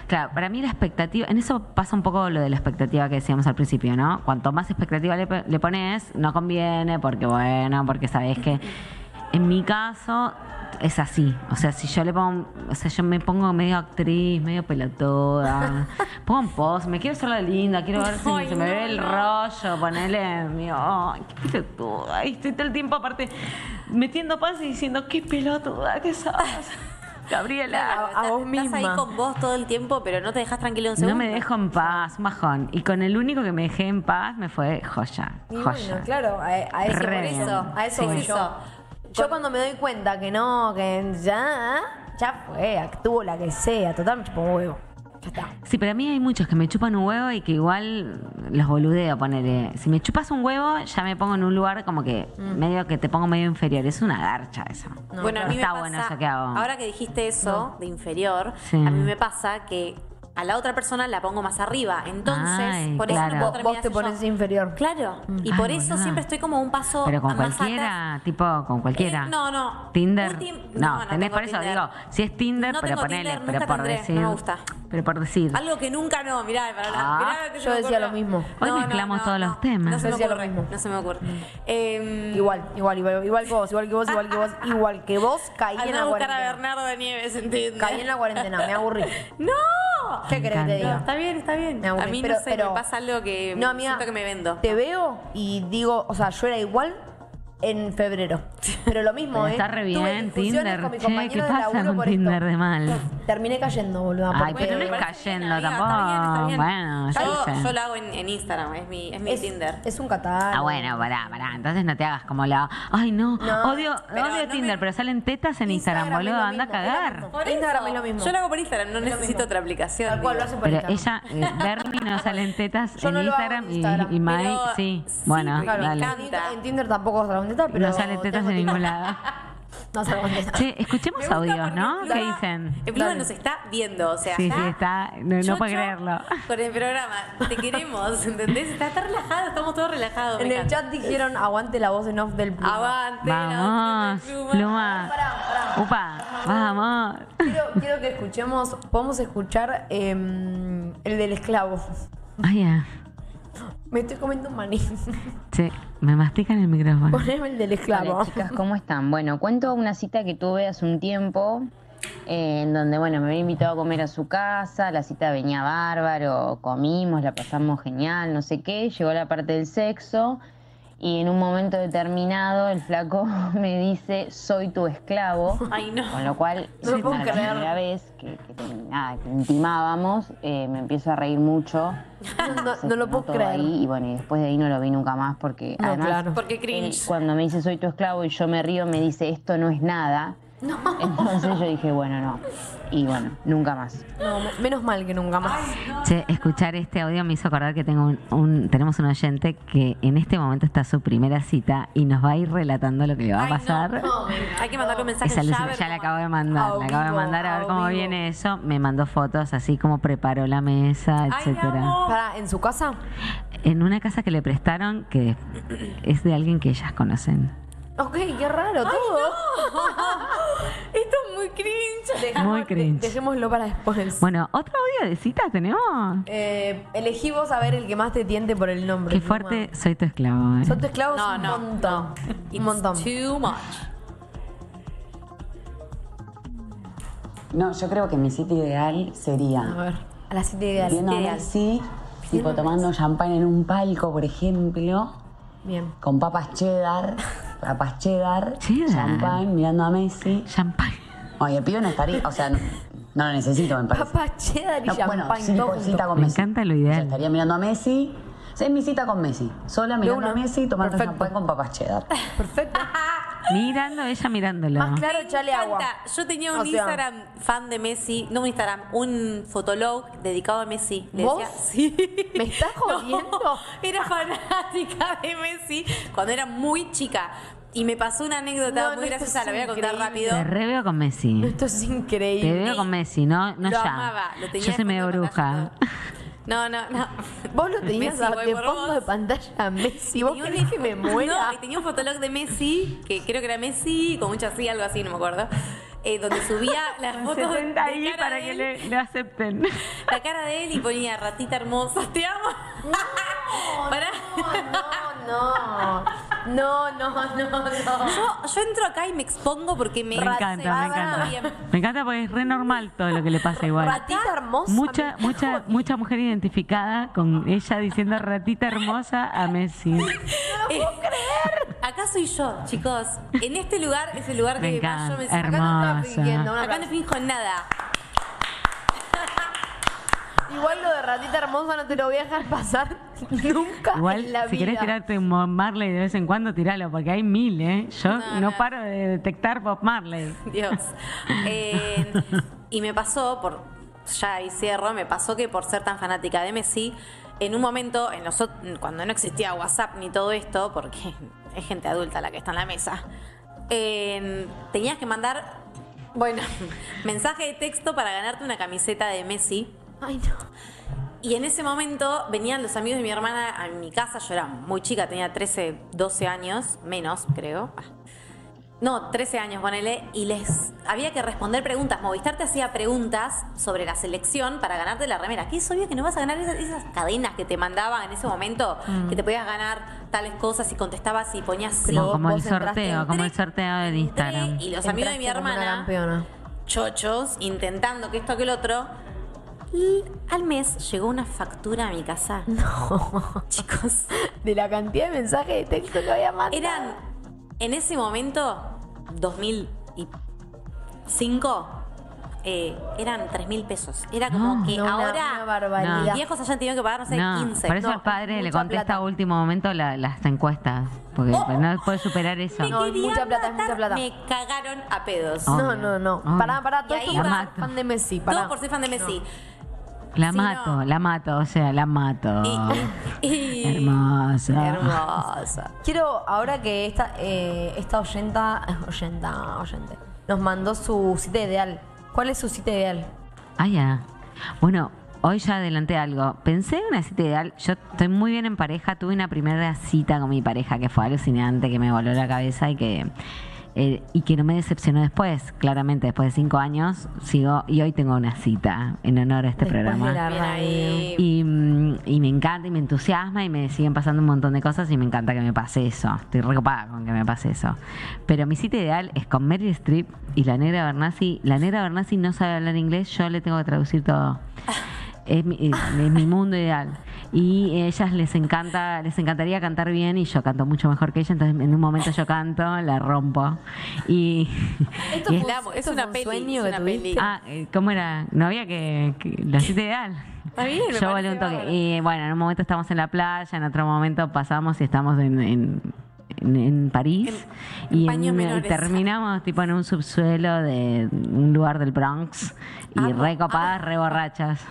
C: Claro, para mí la expectativa, en eso pasa un poco lo de la expectativa que decíamos al principio, ¿no? Cuanto más expectativa le, pe- le pones, no conviene, porque bueno, porque sabes que en mi caso es así. O sea, si yo le pongo, o sea, yo me pongo medio actriz, medio pelotuda, pongo un post, me quiero hacer la linda, quiero ver si
A: Ay,
C: se me
A: no,
C: ve el
A: no.
C: rollo, ponele, mío, ay, qué pelotuda, y estoy todo el tiempo aparte metiendo paz y diciendo, qué pelotuda que sos. Gabriela.
B: a- a vos
A: Estás
B: misma.
A: ahí con vos todo el tiempo, pero no te dejas tranquilo un
C: No
A: segundo.
C: me dejo en paz, un bajón. Y con el único que me dejé en paz me fue Joya.
B: Y
C: Joya.
B: bueno, claro, a, a eso,
C: Re.
B: por eso, a eso
C: Sí.
B: voy
C: Es
B: yo.
A: eso.
B: Yo cuando me doy cuenta que no, que ya, ya fue, actúo la que sea, total me chupo un huevo. Ya está.
C: Sí, pero a mí hay muchos que me chupan un huevo y que igual los boludeo, ponele. Si me chupas un huevo, ya me pongo en un lugar como que
A: Mm.
C: medio que te pongo medio inferior. Es una garcha eso.
A: bueno, a mí me
C: está
A: pasa,
C: bueno eso que hago.
A: Ahora que dijiste eso de inferior,
C: Sí.
A: a mí me pasa que a la otra persona la pongo más arriba. Entonces,
C: Ay,
A: por eso no
C: claro.
A: puedo
B: Vos,
A: terminar
B: vos te
A: yo.
B: pones inferior.
A: Claro, y
C: Mm. Ay,
A: por eso
C: boluda.
A: siempre estoy como un paso
C: Pero con
A: más atrás.
C: cualquiera, tipo, con cualquiera.
A: Eh, no, no.
C: Tinder.
A: Ultim-
C: no,
A: no, no
C: tenés
A: tengo
C: por eso,
A: Tinder.
C: digo, si es Tinder,
A: No
C: pero
A: tengo
C: ponele,
A: Tinder,
C: pero
A: nunca
C: por
A: tendré, no
C: decir.
A: me gusta.
C: Pero por decir.
A: Algo que nunca no, mirá, para
C: Ah.
A: mirá que se
B: Yo
A: me
B: decía
A: ocurrió.
B: lo mismo.
C: Hoy mezclamos todos los temas. Mm.
A: No se
B: Yo
A: me
B: decía lo
A: ocurre,
B: mismo.
A: no se me ocurre. Eh,
B: Igual, igual, igual, igual que vos, igual que vos, igual que vos, igual que vos, caí
A: andá
B: en
A: a
B: la
A: buscar a
B: cuarentena.
A: Bernardo de ¿eh? Nieves, ¿entiendes?
B: Caí en la cuarentena, me aburrí.
A: ¡No!
B: ¿Qué querés que
C: encanta.
B: te diga?
A: Está bien, está bien.
B: Me aburrí,
A: a mí
B: pero-
A: no sé,
B: pero-
A: me pasa algo que
B: No, amiga,
A: siento que me vendo.
B: Te veo y digo, o sea, yo era igual en febrero. Pero lo mismo,
C: Pero
B: ¿eh?
C: está re
B: Tuve
C: bien
B: discusiones
C: Tinder.
B: con mi
C: Che,
B: compañero
C: ¿qué
B: de
C: pasa
B: laburo
C: con
B: por
C: Tinder
B: esto.
C: de mal?
B: Terminé cayendo, boluda.
C: Ay,
B: porque
C: pero no es
A: Parece
C: cayendo
A: bien, amiga,
C: tampoco.
A: está bien,
C: Bueno,
A: está
C: yo
A: bien.
C: qué sé.
A: yo, yo lo hago en, en Instagram, es mi, es mi
B: es,
A: Tinder.
B: es un catálogo.
C: Ah, bueno, pará, pará. Entonces no te hagas como la. Ay, no.
B: No,
C: odio
A: pero
C: odio
A: no me-
C: Tinder, pero salen tetas en Instagram,
B: Instagram es
C: boludo.
B: lo
C: Anda a
B: mismo, es lo
C: cagar.
B: mismo. Instagram es lo mismo.
A: Yo lo hago por Instagram, no necesito otra aplicación.
B: Tal cual
A: digo.
B: lo hacen por
C: Pero
B: Instagram.
C: ella, eh, Bernie no salen tetas
B: Yo
C: en,
B: no lo hago en
C: Instagram, y-
B: Instagram,
C: y, Mai,
A: pero
C: sí.
A: sí,
C: Bueno,
A: pero me
C: dale.
A: encanta.
B: En, Tinder tampoco salgo en tetas, pero.
C: No salen tetas
B: tengo
C: de ningún
B: Tinder.
C: lado.
B: No salgo en tetas.
C: Che,
A: Me
C: escuchemos
A: gusta
C: audios,
A: porque
C: ¿no?
A: Pluma-
C: ¿Qué dicen?
A: eh, Pluma
B: Dale.
A: nos está viendo, o sea,
C: Sí, sí, está- no- no
A: chocho
C: puede creerlo.
A: Con el programa, te queremos, ¿entendés? Está, está relajado, estamos todos relajados. me
B: En el
A: encanta.
B: chat dijeron aguante la voz en off del pluma.
A: Avante, la
C: Vamos,
A: voz de Pluma.
C: pluma. Upa, vamos.
B: Quiero, quiero que escuchemos, podemos escuchar eh, el del esclavo.
C: Ay, ya.
B: Me estoy comiendo un maní.
C: Che, me mastican el micrófono.
B: Poneme el del esclavo.
E: Hola chicas, ¿cómo están? Bueno, cuento una cita que tuve hace un tiempo, eh, en donde, bueno, me había invitado a comer a su casa, la cita venía bárbaro, comimos, la pasamos genial, no sé qué, llegó la parte del sexo Y en un momento determinado el flaco me dice, soy tu esclavo.
A: Ay, no.
E: Con lo cual,
B: No lo puedo
E: nada, la
B: creer.
E: primera vez que, que te- nada, que intimábamos, eh, me empiezo a reír mucho.
B: No, no
E: Se
B: lo
E: quedó
B: puedo
E: todo
B: creer.
E: ahí, y bueno, y después de ahí no lo vi nunca más porque
B: No,
E: además
B: claro.
A: Porque
E: él,
A: cringe.
E: cuando me dice soy tu esclavo y yo me río, me dice esto no es nada. Entonces yo dije, bueno, no. Y bueno, nunca más.
B: No, me- menos mal que nunca más.
C: Che, escuchar este audio me hizo acordar que tengo un, un- tenemos un oyente que en este momento está a su primera cita y nos va a ir relatando lo que le va a
A: Ay, no.
C: pasar.
A: Hay que mandarle un mensaje
C: Es alucinante.
A: a ver
C: ya le
A: cómo-
C: acabo de mandar,
B: Ao
C: le acabo de
B: vivo,
C: mandar a ver
B: ao
C: cómo
B: vivo.
C: viene eso. Me mandó fotos así como preparó la mesa,
A: Ay,
C: etcétera.
A: amo.
B: Para, ¿en su casa?
C: En una casa que le prestaron que es de alguien que ellas conocen.
B: Ok, qué raro todo. Esto es muy cringe.
C: Muy cringe.
B: dejémoslo para después.
C: Bueno, otro audio de citas tenemos.
B: Eh, elegí vos a ver el que más te tiente por el nombre.
C: Qué fuerte, soy tu esclavo. eh.
B: Son tu esclavos
A: No,
B: un
A: no,
B: montón.
A: It's
B: Un montón.
A: Too much.
F: No, yo creo que mi cita ideal
B: A
F: sería
B: ver, a las 7 ideal.
F: viendo a
B: Ah, Ideal.
F: Messi, tipo tomando champán en un palco, por ejemplo,
B: Bien.
F: con papas cheddar, papas cheddar,
C: Cheddar.
F: champán, mirando a Messi.
C: Champagne.
F: Oye, el pibe no estaría, o sea, no, no lo necesito, me parece.
B: Papa cheddar y
F: No, bueno,
B: champagne,
F: sí,
B: todo
F: por
B: junto.
F: cita con
C: Me
F: Messi.
C: encanta lo
F: O sea,
C: ideal.
F: estaría mirando a Messi. O sea, es mi cita con Messi. Sola mirando
B: una.
F: a Messi, tomando
B: Perfecto.
F: champán con papas cheddar.
B: Perfecto.
C: Mirando, ella mirándolo.
B: Más claro, chale agua.
A: Canta, Yo tenía un
B: O sea,
A: Instagram fan de Messi, no un Instagram, un fotolog dedicado a Messi. Le
B: ¿Vos?
A: decía, sí.
B: ¿Me estás jodiendo?
A: No, era fanática de Messi cuando era muy chica. Y me pasó una anécdota
B: No,
A: muy
B: no, esto
A: graciosa,
B: es
A: la voy a contar
B: increíble.
C: Te
A: rápido.
C: reveo con Messi.
B: Esto es
C: Te
B: increíble.
C: veo con Messi, no, no
A: lo
C: ya.
A: amaba, lo tenía
C: Yo soy
A: de
C: medio
A: fondo de
C: bruja.
A: pantalla. No, no, no.
B: Vos lo tenías
A: Messi, voy
B: de
A: por
B: fondo
A: vos.
B: de pantalla a Messi. ¿Vos
A: Tenía un-
B: querés que me muera?
A: No, y tenía un fotolog de Messi, que creo que era Messi, con mucha así, algo así, no me acuerdo. eh, donde subía las fotos de
C: Senta ahí
A: cara
C: para
A: de
C: que
A: él,
C: le, le acepten.
A: la cara de él y ponía ratita hermosa, te amo. Pará.
B: No, no, no, no, no.
A: Yo, yo entro acá y me expongo porque me,
C: Me encanta, me encanta. Me encanta porque es re normal todo lo que le pasa igual.
B: Ratita hermosa.
C: Mucha, mucha, mucha mujer identificada con ella diciendo ratita hermosa a Messi.
A: creer. Acá soy yo, chicos. En este lugar es el lugar
C: Me
A: que más yo me
C: encanta,
A: siento.
B: estaba pidiendo
C: hermosa.
B: una
A: Acá no finjo nada.
B: Igual lo de ratita hermosa no te lo voy a dejar pasar nunca
C: Igual,
B: en la
C: si
B: vida.
C: querés tirarte un Bob Marley de vez en cuando, tiralo, porque hay mil, ¿eh? Yo no, paro de detectar Bob Marley.
A: Dios. Eh, y me pasó, por ya ahí cierro, me pasó que por ser tan fanática de Messi, en un momento, en los ot- cuando no existía WhatsApp ni todo esto, porque es gente adulta la que está en la mesa, eh, tenías que mandar, bueno, mensaje de texto para ganarte una camiseta de Messi.
B: Ay, no.
A: Y en ese momento venían los amigos de mi hermana a mi casa, yo era muy chica, tenía 13, 12 años, menos creo. Ah. No, 13 años, ponele, y les había que responder preguntas. Movistar te hacía preguntas sobre la selección para ganarte la remera. Que es obvio que no vas a ganar esas, esas cadenas que te mandaban en ese momento, que te podías ganar tales cosas y contestabas y ponías sí.
C: No, Mm. como el
B: vos entraste
C: sorteo,
B: en
C: como el
A: Entré-
C: sorteo del
A: entré
C: Instagram.
A: Y los amigos de mi
B: Entraste como una
A: hermana
B: campeona.
A: chochos intentando que esto que el otro. Y al mes llegó una factura a mi casa. Chicos,
B: De la cantidad de mensajes de texto que había mandado.
A: eran en ese momento 2005 eh, eran 3 mil pesos. Era como
C: No.
A: que
B: No, una-
A: ahora
B: una barbaridad.
A: mis viejos hayan tenido que pagar, no sé,
C: No,
A: 15.
C: por eso
B: No,
C: el padre
B: es
C: le
B: mucha
C: contesta
B: plata. Oh.
C: a último momento la- las encuestas, porque no puede superar eso.
B: No, es
A: Querían
B: mucha plata, es
A: matar,
B: mucha plata.
A: Me cagaron a pedos.
C: Oh,
B: No,
C: Obvio.
B: no, no.
C: Obvio.
B: Pará, pará. Todo
A: Y ahí
B: esto por
C: la
B: ser
C: mato.
B: fan de Messi. Pará.
A: Todo por ser fan de Messi.
C: La
A: Sí,
C: mato,
A: no.
C: la mato, o sea, la mato.
A: Y- y-
C: Hermosa.
A: Hermosa.
B: Quiero, ahora que esta, eh, esta oyenta, oyenta, oyente, nos mandó su cita ideal. ¿Cuál es su cita ideal?
C: Ah, ya. Bueno, hoy ya adelanté algo. Pensé en una cita ideal. Yo estoy muy bien en pareja. Tuve una primera cita con mi pareja que fue alucinante, que me voló la cabeza y que. eh, y que no me decepcionó después, claramente después de cinco años sigo y hoy tengo una cita en honor a este
B: Después
C: programa.
B: de la
A: Bien
B: radio.
A: ahí.
C: Y, mm, y me encanta y me entusiasma y me siguen pasando un montón de cosas y me encanta que me pase eso. Estoy recopada con que me pase eso. Pero mi cita ideal es con Meryl Streep y la negra Bernasi. La negra Bernasi no sabe hablar inglés, yo le tengo que traducir todo. Es mi, es mi mundo ideal. y ellas les encanta, les encantaría cantar bien y yo canto mucho mejor que ella, entonces en un momento yo canto, la rompo y,
B: Esto
C: y
B: fue-
A: La amo, es
B: esto
A: una
B: fue un
A: peli,
B: sueño
A: es
B: que
A: una
B: tuviste.
A: peli.
C: Ah, eh, ¿cómo era? No había que, que- lo hiciste ideal.
A: Está bien, me
C: Yo volé
A: parece
C: un toque.
A: bárbaro.
C: Y bueno, en un momento estamos en la playa, en otro momento pasamos y estamos en, en, en- en París.
A: En- en
C: y,
A: paños menores.
C: y terminamos tipo en un subsuelo de un lugar del Bronx. Y
A: Amo,
C: re copadas, re borrachas.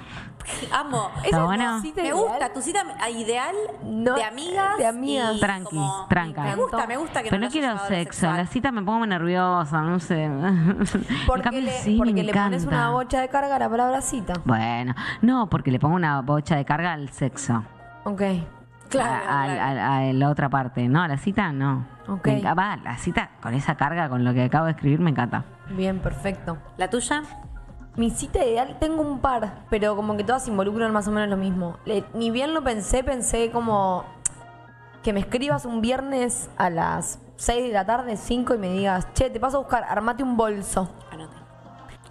A: Amo.
C: ¿Está
A: Esa
C: bueno?
A: es tu cita. Me gusta, tu cita a- ideal
B: No,
A: de amigas.
B: de amigas.
A: y
C: Tranqui,
A: como-
C: tranca.
A: Me gusta, me gusta que
C: Pero no,
A: lo hayas
C: quiero
A: llevado a lo
C: sexo. En
A: sexual.
C: la cita me pongo nerviosa, no sé. En
B: Porque
C: cambio,
B: le,
C: sí,
B: porque
C: me
B: le pones
C: encanta.
B: una bocha de carga a la palabra cita.
C: Bueno, no, porque le pongo una bocha de carga al sexo.
B: Ok.
A: Claro,
C: a, a-
A: claro.
C: a- a la otra parte. No, a la cita no.
B: Ok.
C: Me enca- va, la cita con esa carga, con lo que acabo de escribir, me encanta.
B: Bien, perfecto.
A: ¿La tuya?
B: Mi cita ideal tengo un par, pero como que todas involucran más o menos lo mismo. Le- ni bien lo pensé, pensé como que me escribas un viernes a las 6 de la tarde, 5 y me digas, che, te paso a buscar, armate un bolso.
A: Anote.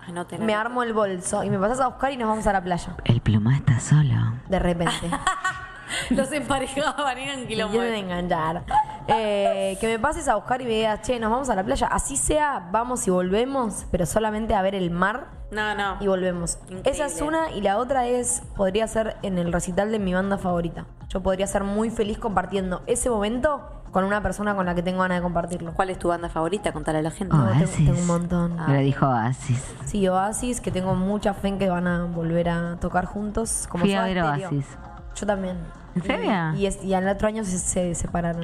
A: Anote.
B: Me armo el bolso y me pasas a buscar y nos vamos a la playa.
C: El plumá está solo.
B: De repente.
A: Los emparejaban, eran
B: Me
A: quilombo.
B: quieren enganchar. Eh, que me pases a buscar y me digas, che, nos vamos a la playa. Así sea, vamos y volvemos, pero solamente a ver el mar
A: No, no.
B: y volvemos.
A: Increíble.
B: Esa es una y la otra es, podría ser en el recital de mi banda favorita. Yo podría ser muy feliz compartiendo ese momento con una persona con la que tengo ganas de compartirlo.
A: ¿Cuál es tu banda favorita? Contale a la gente.
B: tengo-
C: Oasis.
B: tengo un montón.
C: Oh, Me lo dijo Oasis.
B: Sí, Oasis, que tengo mucha fe en que van a volver a tocar juntos. Como
C: Fui a
B: Soda
C: ver
B: Stereo.
C: Oasis.
B: Yo también.
C: ¿En serio?
B: Y, es- y al otro año se, se separaron.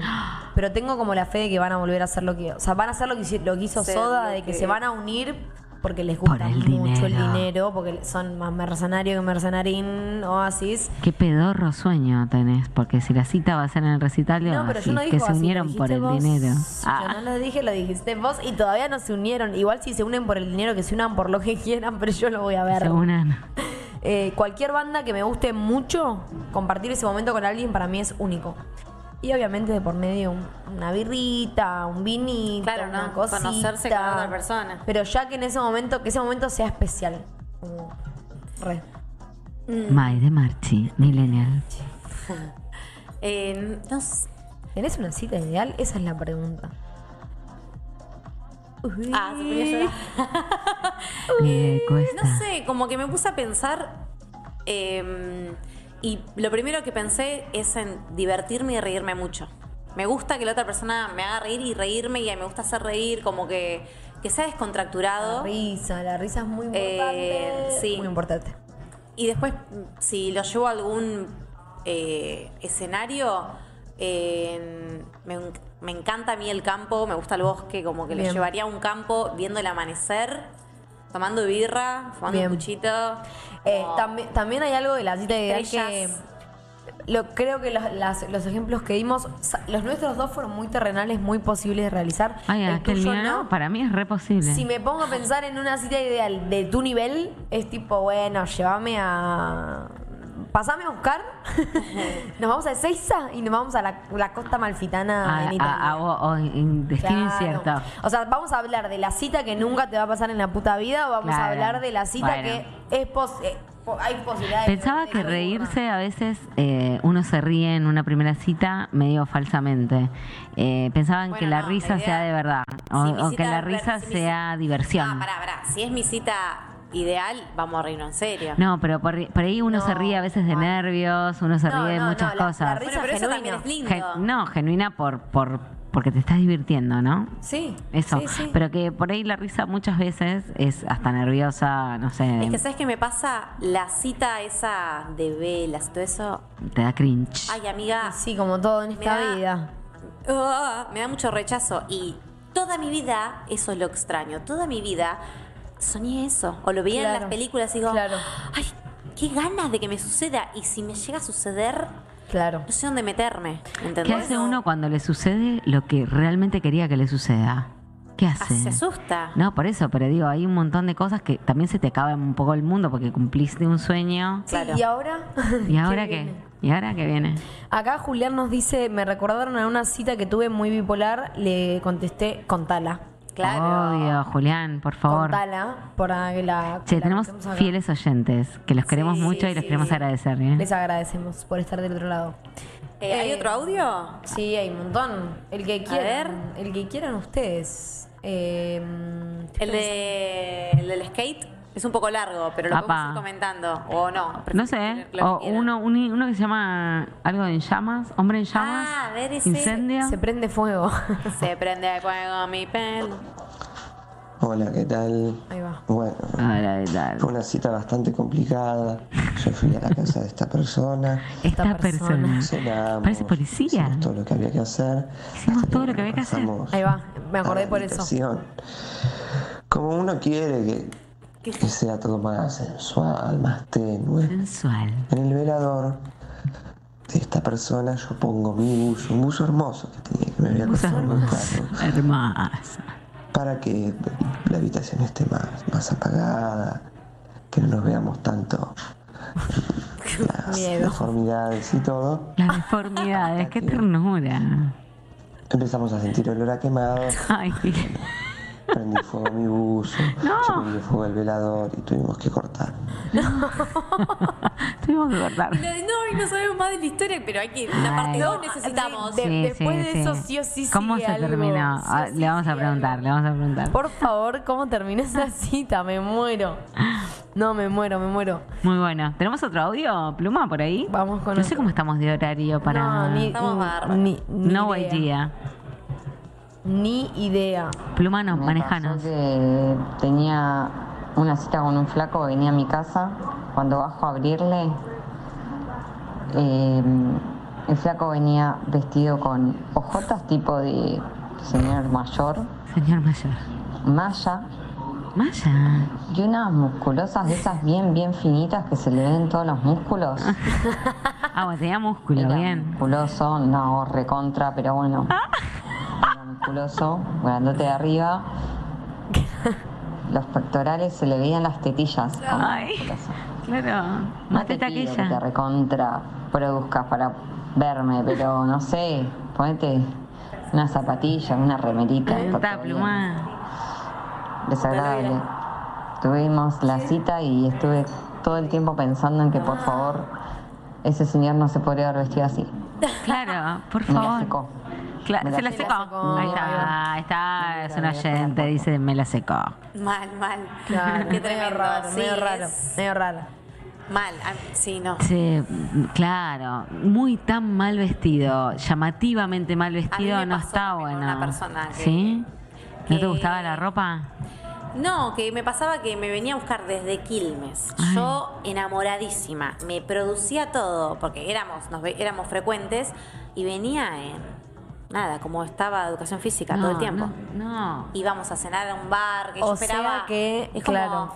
B: Pero tengo como la fe de que van a volver a hacer lo que. O sea, van a hacer lo que, hici- lo que hizo
A: Hacer
B: Soda,
A: lo
B: de que,
A: que-
B: se van a unir porque les
C: Por
B: gusta
C: el
B: mucho el
C: dinero.
B: dinero, porque son más mercenario que mercenarín, Oasis.
C: Qué pedorro sueño tenés, porque si la cita va a ser en el recital de
B: No, pero
C: Oasis,
B: yo no dije
C: que se
B: Oasis, lo
C: unieron por
B: dijiste
C: el
B: vos.
C: dinero.
B: Yo no
C: Ah,
B: lo dije, lo dijiste vos y todavía no se unieron. Igual si se unen por el dinero, que se unan por lo que quieran, pero yo lo voy a ver.
C: se unan.
B: Eh, cualquier banda que me guste mucho, compartir ese momento con alguien para mí es único. Y obviamente de por medio un- una birrita, un vinito,
A: Claro,
B: una
A: ¿no?
B: cosita.
A: Conocerse con otra persona.
B: Pero ya que en ese momento, que ese momento sea especial. Como re. Mm.
C: May de Marchi, Millennial.
A: Eh, no sé.
B: ¿Tenés una cita ideal? Esa es la pregunta. Uy.
A: Ah, se ponía a llorar.
C: Miguel Cuesta.
A: No sé, como que me puse a pensar eh, y lo primero que pensé es en divertirme y reírme mucho. Me gusta que la otra persona me haga reír y reírme y me gusta hacer reír, como que, que sea
B: La Ah,
A: descontracturado.
B: risa, la risa es muy importante.
A: Eh, sí.
B: Muy importante.
A: Y después, si lo llevo a algún eh, escenario, eh, me, en- me encanta a mí el campo, me gusta el bosque, como que lo
B: Bien.
A: llevaría a un campo viendo el amanecer, tomando birra, fumando
B: Bien.
A: un cuchito. Oh.
B: Eh,
A: como-
B: también, también hay algo de la cita ideal que
A: Estrellas.
B: lo, creo que los, las- los ejemplos que dimos, sa- los nuestros dos fueron muy terrenales, muy posibles de realizar.
C: Ay,
B: El
C: aquel
B: tuyo
C: mío no, para mí es re posible.
B: Si me pongo a pensar en una cita ideal de tu nivel, es tipo, bueno, llévame a... Pasame a buscar. nos vamos a Ezeiza y nos vamos a la, la costa malfitana
C: a,
B: en Italia.
C: a, a- o- o en destino
B: Claro.
C: incierto.
B: O sea, vamos a hablar de la cita que nunca te va a pasar en la puta vida o vamos a
C: Claro.
B: hablar de la cita
C: Bueno.
B: que es pos eh, po- hay posibilidades.
C: Pensaba
B: de
C: que
B: ocurra.
C: reírse a veces eh, uno se ríe en una primera cita medio falsamente. Eh, pensaban
A: Bueno,
C: que la
A: no,
C: risa
A: la idea-
C: sea de verdad o,
A: Si mi
C: o
A: cita
C: que la
A: de ver-
C: risa
A: si mi
C: sea
A: cita-
C: diversión.
A: Ah, pará, pará. Si es mi cita ideal, vamos a reírnos en serio.
C: No, pero por, por ahí uno
B: No,
C: se ríe a veces de
B: no.
C: nervios, uno se
B: No,
C: ríe de
B: no, no,
C: muchas
B: la- la
C: cosas.
B: risa
A: Bueno, pero eso también
B: genuina.
A: es lindo.
C: Gen- no, genuina por, por porque te estás divirtiendo, ¿no?
B: Sí.
C: Eso.
B: sí, sí.
C: Pero que por ahí la risa muchas veces es hasta nerviosa, no sé,
A: Es que, ¿sabes qué me pasa? La cita esa de velas, todo eso.
C: te da cringe.
A: Ay, amiga.
B: Sí, como todo en
A: me
B: esta
A: da-
B: vida.
A: Ah, me da mucho rechazo. Y toda mi vida, eso es lo extraño. Toda mi vida soñé eso. O lo veía en
B: Claro,
A: las películas y digo,
B: claro.
A: ay, qué ganas de que me suceda. Y si me llega a suceder,
B: Claro.
A: no sé dónde meterme. ¿Entendés?
C: ¿Qué hace uno cuando le sucede lo que realmente quería que le suceda? ¿Qué
A: Ah,
C: hace?
A: Se asusta.
C: No, por eso, pero digo, hay un montón de cosas que también se te acaba un poco el mundo porque cumpliste un sueño.
B: Sí,
A: Claro.
B: y ahora.
C: ¿Y ahora qué?
B: viene?
C: ¿Y ahora qué viene?
B: Acá Julián nos dice, me recordaron a una cita que tuve muy bipolar, le contesté, contala.
A: Claro.
C: Obvio, Julián, por favor.
B: Contala para que la.
C: Che,
B: la
C: tenemos
B: contemos acá.
C: fieles oyentes que los queremos
B: Sí,
C: mucho y
B: sí,
C: los queremos
B: sí.
C: agradecer. ¿eh?
B: Les agradecemos por estar del otro lado.
A: Eh, ¿Hay otro audio?
B: Sí, hay un montón. El que quieran.
A: ver.
B: El que quieran ustedes. Eh,
A: El, de, el del skate es un poco largo, pero lo
C: Apa.
A: podemos ir comentando. O no. prefiero
C: No sé,
A: que lo
C: o
A: quieran.
C: uno, un- uno que se llama algo en llamas, hombre en llamas,
A: Ah, a ver ese-
C: incendio.
B: se prende fuego.
A: Se prende fuego mi pelo.
G: Hola, ¿qué tal?
B: Ahí va.
G: Bueno,
C: Hola, ¿qué tal?
G: fue una cita bastante complicada. Yo fui a la casa de esta persona.
C: Esta,
B: Esta
C: persona.
B: persona.
G: Cenamos,
C: Parece policía.
G: Hicimos todo lo que había que hacer.
C: Hicimos
G: hasta
C: todo lo que había que hacer.
G: pasamos
B: Ahí va. Me
G: a
B: acordé
G: la
B: por eso.
G: habitación. Como uno quiere que, que sea todo más sensual, más tenue.
C: Sensual.
G: En el velador de esta persona yo pongo mi buzo, un buzo hermoso que tenía que me había
C: Hermosa,
G: costado
C: hermosa,
G: encontrarlo,
C: hermosa.
G: para que la habitación esté más, más apagada, que no nos veamos tanto las
B: Miedo.
G: deformidades y todo.
C: Las deformidades, qué ternura.
G: Empezamos a sentir olor a quemado,
C: Ay, qué-
G: prendí fuego a mi buzo, yo prendí fuego al velador y tuvimos que cortar.
C: tuvimos que cortar.
A: No, y no sabemos más de la historia, pero hay que. La
C: Ay.
A: parte 2 necesitamos.
B: De- después de eso, sí o sí
C: ¿Cómo
B: sigue
C: se
B: algo,
C: terminó?
B: sí o
C: Ah,
B: sí
C: le vamos a
B: sigue
C: preguntar, le vamos a preguntar.
B: Por favor, ¿cómo terminó esa cita? Me muero. No, me muero, me muero.
C: Muy bueno. ¿Tenemos otro audio, Pluma, por ahí?
B: Vamos con
C: No sé
B: otro.
C: cómo estamos de horario para...
B: No, ni,
A: Estamos bárbaros.
B: ni, ni
C: No
B: idea.
C: idea.
B: Ni idea.
C: Pluma, nos
E: Me
C: manejanos.
E: pasó que tenía una cita con un flaco, venía a mi casa. Cuando bajo a abrirle, eh, el flaco venía vestido con ojotas tipo de señor mayor,
C: Señor Mayor.
E: malla
C: Maya.
E: y unas musculosas de esas bien, bien finitas que se le ven todos los músculos.
C: Ah, bueno, tenía músculo,
E: Era
C: bien.
E: musculoso, no, recontra, pero bueno.
C: Ah.
E: Era musculoso, grandote de arriba. Los pectorales se le veían las tetillas. como
C: Ay.
E: musculoso.
C: Claro.
E: No
C: Más
E: Ah, te
C: teta que
E: pido que te
C: ella.
E: recontra produzcas para verme, pero no sé, ponete unas zapatillas, una remerita.
C: Ahí
E: está
C: Está,
E: todo bien.
C: Pluma.
E: Desagradable. Tuvimos la cita y estuve todo el tiempo pensando en que
C: Ah.
E: por favor ese señor no se podría haber vestido así.
C: Claro, por
E: Me la
C: favor.
E: secó.
C: Claro,
E: Me la
C: se la
E: secó.
C: secó. Ahí está, ahí está. Es un oyente, dice, me la secó.
A: Mal, mal.
B: Claro,
A: Qué
B: medio
A: tremendo.
B: raro,
A: sí,
B: medio raro,
A: es
B: medio raro.
A: Mal. Am- Sí, no.
C: Sí, claro, muy tan mal vestido, llamativamente mal vestido,
A: me
C: no
A: pasó
C: está
A: también
C: bueno.
A: con una persona que-
C: ¿Sí? ¿No te
A: que-
C: gustaba la ropa?
A: No, que me pasaba que me venía a buscar desde Quilmes.
C: Ay.
A: Yo enamoradísima, me producía todo, porque éramos, nos ve- éramos frecuentes y venía en nada, como estaba educación física todo el tiempo.
C: No. no.
A: Íbamos a cenar a un bar, que yo
B: O sea
A: esperaba.
B: que,
A: es como,
B: claro.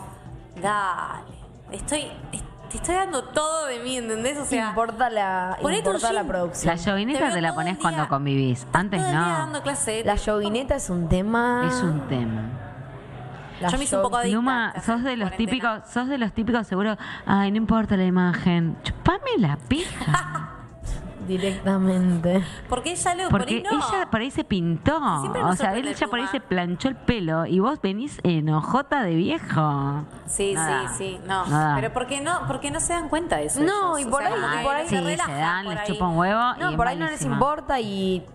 A: dale, estoy, es- te estoy dando todo de mí, ¿entendés? O sea,
B: importa la,
A: ponete un
B: importa la
A: jean.
C: La
B: producción.
C: llovineta
A: veo
C: te la
A: todo el
C: pones
A: día.
C: cuando convivís.
A: estás
C: Antes
A: todo el día
C: no.
A: dando clase.
B: La llovineta es un
A: Ah.
B: tema.
C: Es un tema.
B: La
A: Yo me hice un
B: llo-
A: poco de-
C: Luma,
A: adicta,
C: sos de los
A: cuarentena.
C: típicos, sos de los típicos seguro, ay, no importa la imagen. Chupame la pija.
B: Directamente.
A: Porque ella lo
C: Porque
A: por ahí no.
C: ella por ahí se pintó.
A: Siempre nos
C: O sea, él
A: sorprende
C: ella por ahí
A: Luma.
C: se planchó el pelo y vos venís en ojota de viejo.
A: Sí,
C: Nada.
A: sí, sí, no.
C: Nada.
A: Pero porque no, porque no se dan cuenta de eso.
B: No,
A: ellos?
B: y
A: O
B: por
A: sea,
B: ahí-
A: como
B: y
A: que
B: por ahí
C: Sí,
A: se
C: se
A: relajan
C: dan,
A: por
C: les
A: ahí.
C: chupa un huevo.
B: No,
C: y
B: por
C: es
B: ahí no les
C: malísima.
B: importa y.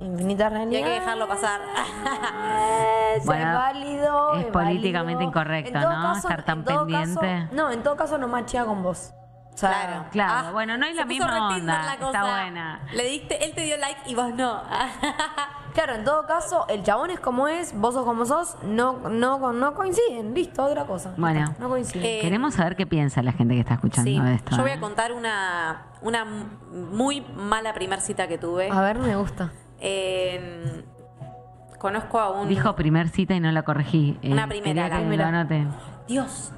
B: Infinita
A: Y
B: realidad.
A: hay que dejarlo pasar.
B: Es
C: Bueno,
B: válido.
C: es políticamente incorrecto,
B: En todo
C: ¿no? Estar tan
B: en todo caso-
C: pendiente.
B: no, en todo caso no machea con vos. O sea,
A: claro.
C: Claro, bueno, no hay la
A: ah, se puso
C: misma
A: re Tinder
C: onda,
A: la
C: está
A: cosa.
C: buena.
A: Le diste, él te dio like y vos no.
B: Claro, en todo caso, el chabón es como es, vos sos como sos, no, no, no coinciden, listo, otra cosa.
C: Bueno.
B: No coinciden.
A: Eh,
C: Queremos saber qué piensa la gente que está escuchando
A: sí,
C: de esto.
A: yo voy
C: ¿eh?
A: a contar una, una muy mala primer cita que tuve.
B: A ver, me gusta.
A: En- conozco a un
C: Dijo primer cita y no la corregí. Eh,
A: Una primera,
C: quería
A: la
C: que
A: primera.
C: lo anote.
A: Dios,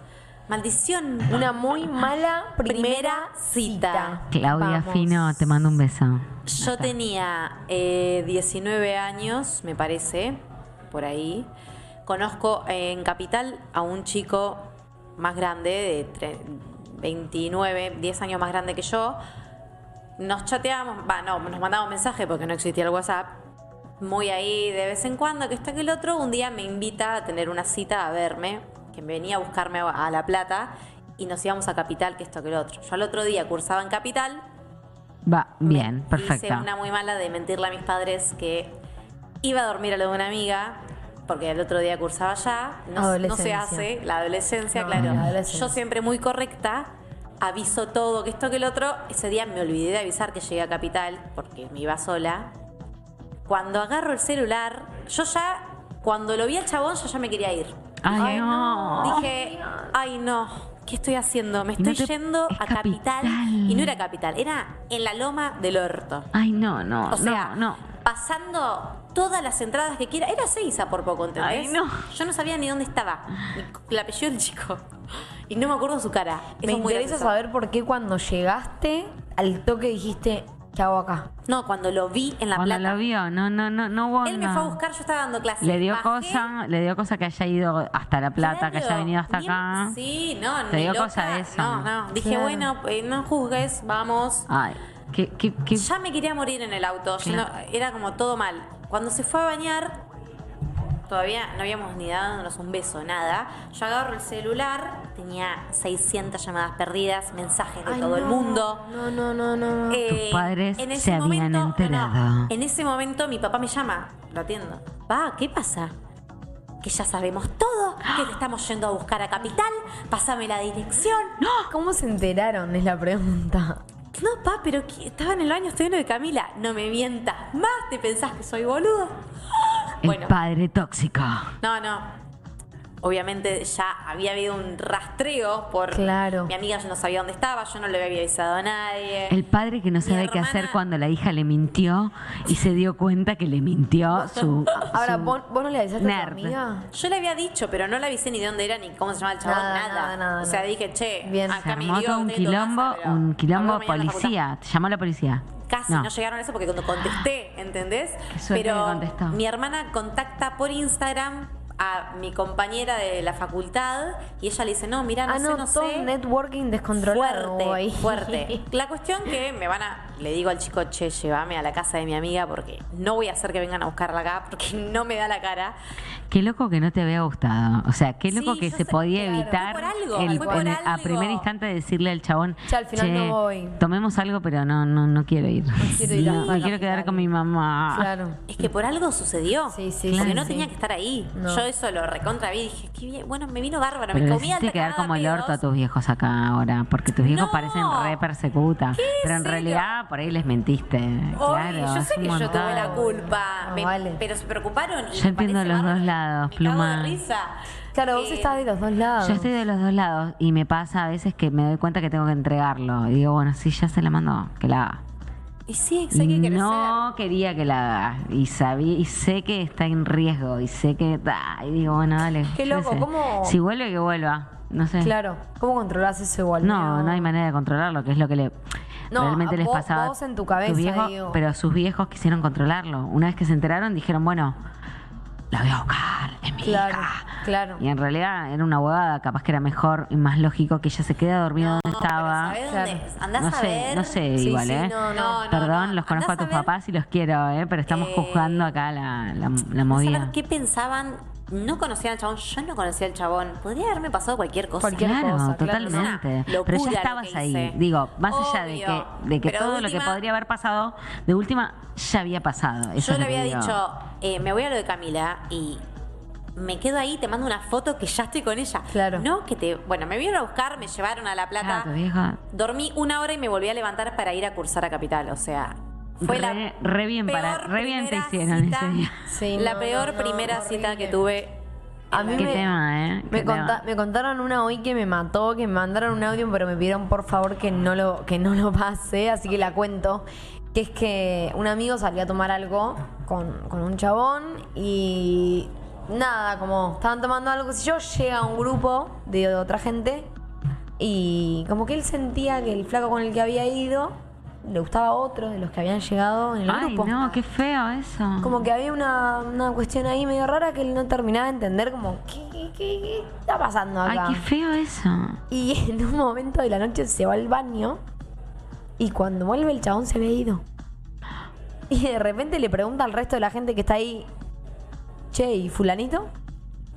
A: maldición.
B: Una muy mala primera,
A: Primera cita.
B: cita.
C: Claudia
B: Vamos.
C: Fino, te mando un beso.
A: Yo tenía eh, 19 años, me parece, por ahí. Conozco en Capital a un chico más grande, de tre- 29, 10 años más grande que yo. Nos chateábamos, va, no, nos mandábamos mensajes porque no existía el WhatsApp. muy ahí de vez en cuando, que está que el otro, un día me invita a tener una cita a verme, que venía a buscarme a a La Plata y nos íbamos a Capital, que esto que el otro. Yo al otro día cursaba en Capital,
C: Va, bien,
A: Hice
C: perfecto.
A: una muy mala de mentirle a mis padres que iba a dormir a lo de una amiga, porque el otro día cursaba allá. No, no se
B: Adolescencia.
A: hace, la adolescencia,
B: No,
A: claro.
B: la adolescencia.
A: Yo siempre muy correcta, aviso todo, que esto, que el otro. Ese día me olvidé de avisar que llegué a Capital, porque me iba sola. Cuando agarro el celular, yo ya, cuando lo vi al chabón, yo ya me quería ir.
C: Ay,
A: Dije,
C: no.
A: Dije, ay no. ¿Qué estoy haciendo? Me
C: No
A: estoy
C: te-
A: yendo
C: es
A: a capital
C: Capital.
A: y no era capital, era en la loma del orto.
C: Ay, no, no,
A: O sea,
C: no, no.
A: pasando todas las entradas que quiera. Era Seiza por poco, ¿entendés?
C: Ay, no.
A: Yo no sabía ni dónde estaba. Ni la pilló el chico. Y no me acuerdo su cara. Eso
B: Me
A: es muy
B: interesa
A: gracioso.
B: saber por qué cuando llegaste al toque dijiste, ¿qué hago acá?
A: No, cuando lo vi en La
C: Cuando
A: Plata.
C: lo vio, no, no, no, no hubo
A: Él me
C: onda.
A: fue a buscar, yo estaba dando clases.
C: Le dio
A: Bajé,
C: cosa, le dio cosa que haya ido hasta La Plata, que haya
A: claro,
C: venido hasta
A: bien-
C: acá.
A: Sí, no,
C: Te
A: ni
C: dio
A: loca,
C: cosa eso.
A: No, no. Dije,
B: Claro.
A: bueno, eh, no juzgues, vamos.
C: Ay, qué, qué, qué-
A: Ya me quería morir en el auto, ya no- era como todo mal. Cuando se fue a bañar, todavía no habíamos ni dándonos un beso, nada. Yo agarro el celular, tenía 600 llamadas perdidas, mensajes de
B: Ay,
A: todo el
B: no,
A: mundo.
B: No, no, no, no.
A: Eh,
C: padres
A: en
C: se
A: ese
C: habían
A: momento- no, no,
C: enterado.
A: en ese momento mi papá me llama, lo atiendo. Va, ¿qué pasa? Que ya sabemos todo, que te estamos yendo a buscar a Capital, pasame la dirección.
B: ¿Cómo se enteraron? Es la pregunta.
A: No, pa, pero que- estaba en el baño, estoy en lo de Camila. No me mientas más, te pensás que soy boludo.
C: el
A: Bueno,
C: padre tóxico.
A: no, no. Obviamente ya había habido un rastreo por.
B: Claro.
A: Mi amiga yo no sabía dónde estaba, yo no le había avisado a nadie.
C: El padre que no sabe qué
A: hermana-
C: hacer cuando la hija le mintió y se dio cuenta que le mintió su.
B: Ahora,
C: su-
B: ¿vos, vos no le avisaste a
C: nerd.
B: tu amiga?
A: Yo le había dicho, pero no le avisé ni de dónde era, ni cómo se llamaba el chabón,
B: Nada,
A: nada.
B: nada, nada,
A: o sea,
B: nada.
A: dije, che,
B: Bien.
C: se
A: acá me
C: armó todo un quilombo, un quilombo policía. ¿Te llamó la policía?
A: Casi no. llegaron a eso porque cuando contesté, ¿entendés?
C: Qué suerte
A: Pero
C: que contestó.
A: mi hermana contacta por Instagram a mi compañera de la facultad y ella le dice, no, mira, no
B: Ah,
A: sé,
B: no,
A: no
B: todo
A: sé.
B: un networking descontrolado.
A: Fuerte,
B: ahí.
A: fuerte. La cuestión que me van a, le digo al chico, che, llévame a la casa de mi amiga porque no voy a hacer que vengan a buscarla acá porque no me da la cara.
C: Qué loco que no te había gustado. O sea, qué
A: Sí,
C: loco que
A: yo
C: se
A: sé,
C: podía
A: claro.
C: evitar
A: Fue por algo,
C: el-
A: fue por
C: en el- a
A: algo.
C: primer instante decirle al chabón,
B: Che, al final no voy".
C: tomemos algo, pero no, no, no quiero ir.
B: quiero ir a-
C: No, me
B: a
C: quiero quedar
B: capital".
C: con mi mamá.
B: Claro.
A: Es que por algo sucedió.
B: Sí, sí,
A: porque
B: sí,
A: no
B: sí.
A: tenía que estar ahí.
B: No.
A: Yo eso lo recontra vi y dije, qué bien. Bueno, me vino bárbaro.
C: Pero
A: me
C: les
A: comía
C: hiciste
A: hasta
C: quedar
A: cagada
C: como el
A: pedos.
C: orto a tus viejos acá ahora, porque tus viejos
A: No.
C: parecen re persecutas.
A: ¿Qué
C: Pero en
A: serio?
C: realidad por ahí les mentiste.
A: Obvio,
C: claro,
A: yo
C: es
A: sé
C: un
A: que yo
C: montón. Ah,
A: tuve la culpa,
B: No,
A: me-
B: vale.
A: pero se preocuparon y
C: Yo
A: me
C: entiendo
A: parece
C: los dos
A: bárbaro.
C: lados,
A: me cago de
C: Pluma.
A: risa.
B: Claro, vos
A: Eh,
B: estás de los dos lados.
C: Yo estoy de los dos lados y me pasa a veces que me doy cuenta que tengo que entregarlo. Y digo, bueno, si ya se la mandó, que la haga.
A: Y sí, sé que
C: Y
A: crecer.
C: no quería que la haga. Y sabía, y sé que está en riesgo. Y sé que. ah, y digo, bueno, dale.
B: Qué
C: yo
B: loco,
C: sé.
B: ¿cómo?
C: Si vuelve, que vuelva. No sé.
B: Claro. ¿Cómo controlás eso igual?
C: No, no hay manera de controlarlo, que es lo que le
B: No,
C: realmente
B: a
C: les
B: vos-
C: pasaba. a
B: vos en tu cabeza,
C: tus viejos,
B: digo.
C: Pero sus viejos quisieron controlarlo. Una vez que se enteraron, dijeron, bueno, la voy a buscar, es mi
B: Claro,
C: hija.
B: claro.
C: Y en realidad era una abogada, capaz que era mejor y más lógico que ella se quede dormida donde estaba.
A: ¿Sabés dónde? es?
B: Claro.
A: Andás
C: no
A: a
C: sé,
A: ver.
C: no sé
B: Sí,
C: igual,
B: sí,
C: ¿eh?
B: no,
A: no.
C: Perdón,
A: No, no,
C: los conozco a
A: andás
C: tus
A: a ver-
C: papás y los quiero, ¿eh? Pero estamos
A: Eh,
C: juzgando acá la, la, la
A: Andás a
C: movida.
A: ver qué pensaban. No conocían al chabón, yo no conocía al chabón. Podría haberme pasado cualquier cosa.
B: Cualquier
C: claro,
B: cosa,
A: Es
B: claro,
A: una
C: totalmente.
A: locura
C: pero
A: lo
C: ya
A: que
C: estabas ahí.
A: hice.
C: Digo, más allá de
A: Obvio.
C: que, de que
A: Pero de
C: todo lo que
A: última,
C: podría haber pasado, de última, ya había pasado. Eso
A: Yo le
C: es lo que
A: había
C: digo.
A: dicho, eh, me voy a lo de Camila y me quedo ahí, te mando una foto que ya estoy con ella.
B: Claro.
A: No, que te. Bueno, me vieron a buscar, me llevaron a La Plata.
C: Claro, tu vieja.
A: Dormí una hora y me volví a levantar para ir a cursar a Capital. O sea, fue
C: Re-
A: la.
C: re bien
A: peor
C: para- re bien te
A: primera
C: hicieron
A: cita,
C: ese día.
B: Sí,
A: la
B: no,
A: peor
B: no, no,
A: primera cita
B: horrible.
A: que tuve.
B: A mí
C: Qué
B: me-
C: tema, ¿eh?
B: Me,
C: Qué tema.
B: conta- me contaron una hoy que me mató, que me mandaron un audio, pero me pidieron por favor que no lo, que no lo pase, así que la cuento. Que es que un amigo salió a tomar algo con, con un chabón y nada, como estaban tomando algo, si yo, llega un grupo de otra gente y como que él sentía que el flaco con el que había ido le gustaba otro de los que habían llegado en el
C: Ay,
B: grupo.
C: no, qué feo eso.
B: Como que había una, una cuestión ahí medio rara que él no terminaba de entender, como, ¿qué, qué, qué- qué está pasando
C: Ay,
B: acá?
C: qué feo eso.
B: Y en un momento de la noche se va al baño y cuando vuelve el chabón se había ido. Y de repente le pregunta al resto de la gente que está ahí, che, ¿y fulanito?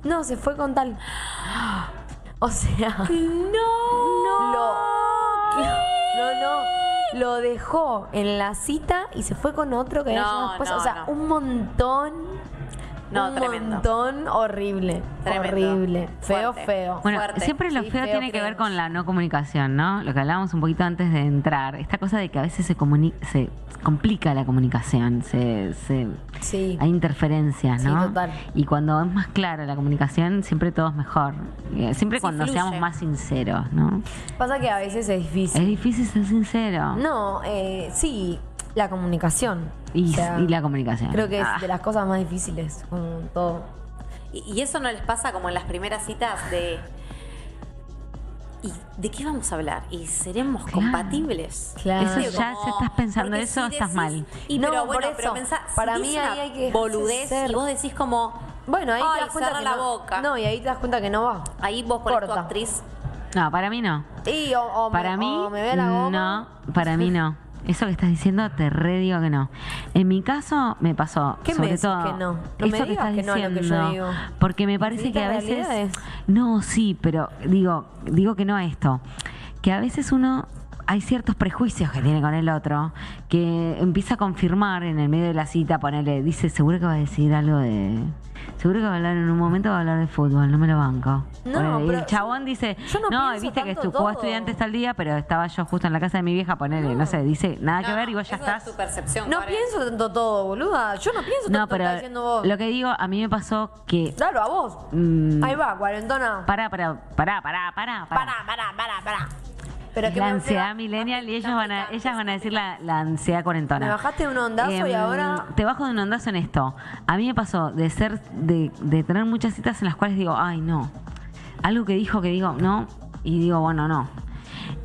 B: No, se fue con tal. O sea... No, no. no, no. Lo dejó en la cita y se fue con otro que había
A: No,
B: llegado después.
A: no,
B: o sea,
A: no.
B: un montón.
A: No,
B: un
A: tremendo.
B: montón horrible.
A: Tremendo.
B: Horrible. Feo,
A: Fuerte.
B: feo.
C: Bueno,
A: Fuerte.
C: siempre lo
B: Sí,
C: feo,
B: feo
C: tiene que ver
B: cringe.
C: con la no comunicación, ¿no? Lo que hablábamos un poquito antes de entrar. Esta cosa de que a veces se, comuni- se complica la comunicación, se, se-
B: Sí.
C: hay interferencias,
B: Sí,
C: ¿no?
B: total.
C: Y cuando es más clara la comunicación, siempre todo es mejor. Eh, Siempre
A: Sí,
C: cuando
A: fluye.
C: seamos más sinceros, ¿no?
B: Pasa que a veces es difícil.
C: Es difícil ser sincero.
B: No, eh, sí, la comunicación.
C: Y,
B: O sea,
C: y la comunicación.
B: Creo que es
C: Ah.
B: de las cosas más difíciles, como todo.
A: Y, y eso no les pasa como en las primeras citas de. ¿Y de qué vamos a hablar? ¿Y seremos
C: Claro.
A: compatibles?
B: Claro. Eso
A: ¿Viste?
C: ya, si estás pensando
A: porque
C: eso, estás mal.
A: Y
B: No,
A: pero
B: por
A: bueno, pero
B: eso,
A: pensá,
B: para
A: si
B: mí
A: dice
B: ahí
A: una
B: hay que dejarse
A: boludez
B: ser.
A: y vos decís como. "Mm,
B: Bueno, ahí
A: "Ay,
B: te das cuenta
A: cerrá
B: que
A: la
B: no-
A: boca.
B: No, y ahí te das cuenta que no va.
A: Ahí vos por tu
B: Corta.
A: actriz.
C: No, para mí no.
B: Y o, o me-
C: Para mí,
B: o me ve la goma.
C: no. Para mí, no. Eso que estás diciendo, te re digo que no. En mi caso, me pasó.
B: ¿Qué me
C: sobre
B: decís
C: todo,
B: que no? No me
C: eso
B: digas
C: estás
B: que no a lo que yo
C: diciendo,
B: digo.
C: Porque me parece que a veces.
B: Infinitas realidades.
C: No, sí, pero digo, digo que no a esto. Que a veces uno. Hay ciertos prejuicios que tiene con el otro que empieza a confirmar en el medio de la cita, ponele, dice, seguro que va a decir algo de. Seguro que va a hablar en un momento, va a hablar de fútbol, no me lo banco.
B: No,
C: Ponele, y
B: pero
C: el chabón dice,
B: yo no
C: no,
B: pienso
C: viste que
B: tanto
C: estuvo
B: todo".
C: estudiante tal día, pero estaba yo justo en la casa de mi vieja, ponele, no, sé, dice nada que
A: No,
C: ver y vos ya
A: eso
C: estás.
A: Es tu percepción,
B: No
A: Karen.
B: pienso tanto todo, boluda. Yo no pienso
C: No,
B: tanto
C: pero
B: lo que estás diciendo vos.
C: lo que digo, a mí me pasó que.
B: Dalo a vos.
C: mm,
B: Ahí va, cuarentona.
C: pará, pará, pará, pará, pará, pará.
B: Pará, pará, pará, pará. Pero
C: Es
B: que
C: la
B: me-
C: ansiedad millennial y ellos van a, ellas van a decir la, la ansiedad cuarentona.
B: Me bajaste de un ondazo y
C: Em.
B: ahora-
C: Te bajo de un ondazo en esto. A mí me pasó de ser, de, de tener muchas citas en las cuales digo, ay no. Algo que dijo que digo, no, y digo, bueno, no.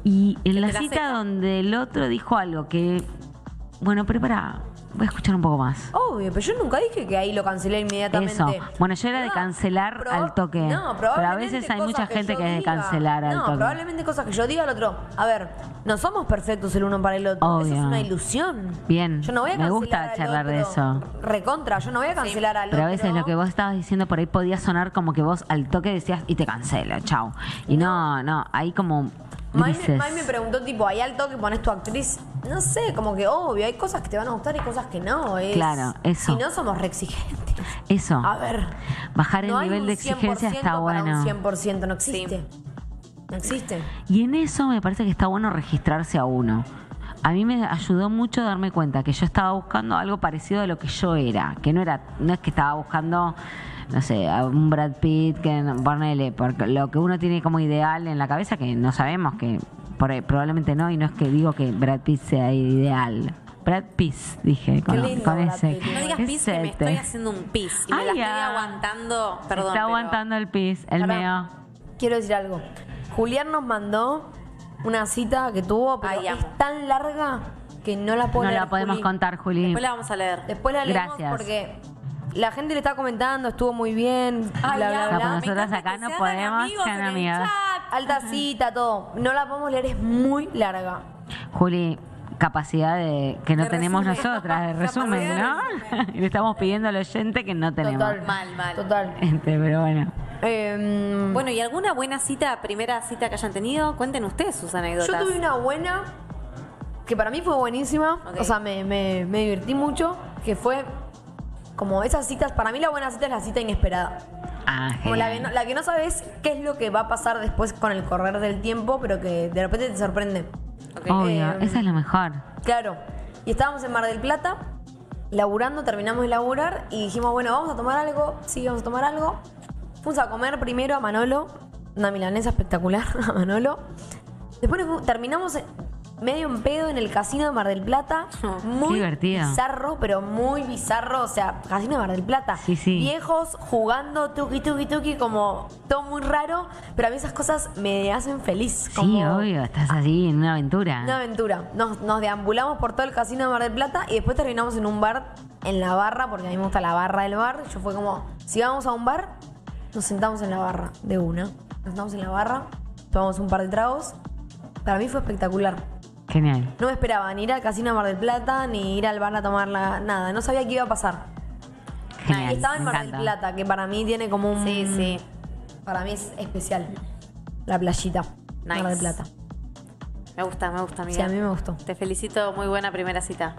C: Y en la
A: te la
C: cita
A: sepa.
C: donde el otro dijo algo que, bueno, pero pará, voy a escuchar un poco más.
B: Obvio, pero yo nunca dije que ahí lo cancelé inmediatamente.
C: Eso. Bueno, yo era de cancelar
B: proba-
C: al toque.
B: No,
C: Pero a
B: probablemente.
C: veces hay
B: cosas
C: mucha gente
B: yo
C: que es de
B: diga.
C: cancelar al
B: no,
C: toque.
B: probablemente cosas que yo diga al otro. A ver, no somos perfectos el uno para el otro. Eso
C: Obvio.
B: es una ilusión.
C: Bien.
B: Yo no voy a
C: Me
B: cancelar.
C: gusta
B: al
C: charlar de
B: otro.
C: eso.
B: Recontra, yo no voy a cancelar al
C: Pero a
B: otro.
C: veces lo que vos estabas diciendo por ahí podía sonar como que vos al toque decías y te cancelo, chao. Y no, no, ahí como
B: May me,
C: dices,
B: May me preguntó, tipo, ahí al toque pones tu actriz. No sé, como que obvio, hay cosas que te van a gustar y cosas que no. es-
C: Claro, eso.
B: Si no somos re exigentes.
C: eso,
B: A ver.
C: bajar el
B: Ah, no hay
C: nivel
B: un
C: de exigencia
B: 100%
C: está
B: para
C: bueno.
B: Un 100% no existe. No existe.
C: Y en eso me parece que está bueno registrarse a uno. A mí me ayudó mucho darme cuenta que yo estaba buscando algo parecido a lo que yo era, que no era, no es que estaba buscando, no sé, a un Brad Pitt, que no- ponele, porque lo que uno tiene como ideal en la cabeza, que no sabemos que por ahí probablemente no, y no es que digo que Brad Pitt sea ideal. Brad Pitt, dije, con,
B: lindo
C: con
B: Brad
C: ese.
B: Pitt.
A: No digas
C: Qué
A: pis que me
C: sete.
A: estoy haciendo un pis. Y me
C: Ay,
A: la estoy
C: ya.
A: aguantando. Perdón.
C: Está
A: pero-
C: aguantando el pis, el
B: Pará.
C: mío.
B: Quiero decir algo. Julián nos mandó una cita que tuvo, pero
A: Ay, amo.
B: es tan larga que no la puedo
C: No
B: leer,
C: la podemos
B: Juli.
C: contar, Juli.
A: Después la vamos a leer.
B: Después la leemos
C: Gracias.
B: porque la gente le está comentando, estuvo muy bien,
A: Ay,
B: bla,
A: ya,
B: bla,
C: Capaz
B: bla.
A: me
C: nosotras
A: encanta
C: acá
A: que
C: no
A: se hagan
C: podemos
A: amigos
C: ser
A: en el
C: amigas.
A: chat.
B: Alta cita, todo. No la podemos leer, es muy larga.
C: Juli, capacidad de que no
A: De
C: tenemos
A: resumen.
C: nosotras, de resumen,
A: Capacidad
C: ¿no?
A: de resumen.
C: Y Le estamos pidiendo al oyente que no tenemos.
B: Total.
A: Mal, mal.
B: Total.
C: Este, pero bueno.
B: Eh,
A: Bueno, ¿y alguna buena cita, primera cita que hayan tenido? Cuenten ustedes sus
B: yo
A: anécdotas.
B: tuve una buena que para mí fue buenísima.
A: Ok.
B: O sea, me, me- me divertí mucho. Que fue como esas citas. Para mí la buena cita es la cita inesperada.
C: Ah,
B: Como la que,
C: genial.
B: no, la que no sabes qué es lo que va a pasar después con el correr del tiempo, pero que de repente te sorprende.
C: Obvio,
B: Eh,
C: esa es lo mejor.
B: Claro. Y estábamos en Mar del Plata, laburando, terminamos de laburar y dijimos, bueno, vamos a tomar algo, sí, vamos a tomar algo. Fuimos a comer primero a Manolo, una milanesa espectacular a Manolo. Después nos fuimos- terminamos en- medio en pedo en el casino de Mar del Plata. Muy
C: divertido.
B: bizarro, pero muy bizarro. O sea, casino de Mar del Plata.
C: Sí, sí.
B: Viejos jugando tuki tuki tuki, como todo muy raro. Pero a mí esas cosas me hacen feliz.
C: Sí,
B: como-
C: obvio, estás así en una aventura.
B: una aventura. Nos, nos deambulamos por todo el casino de Mar del Plata y después terminamos en un bar, en la barra, porque a mí me gusta la barra del bar. Yo fue como, si vamos a un bar, nos sentamos en la barra, de una. Nos sentamos en la barra, tomamos un par de tragos. Para mí fue espectacular.
C: Genial.
B: No me esperaba ni ir al casino a Mar del Plata, ni ir al bar a tomar la- nada. No sabía qué iba a pasar.
C: Genial.
B: Y estaba en
C: me
B: Mar del
C: encanta.
B: Plata, que para mí tiene como un...
A: Sí, sí.
B: Para mí es especial. La playita. Mar del
A: Nice.
B: Plata.
A: Me gusta, me gusta, amiga.
B: Sí, a mí me gustó.
A: Te felicito, muy buena primera cita.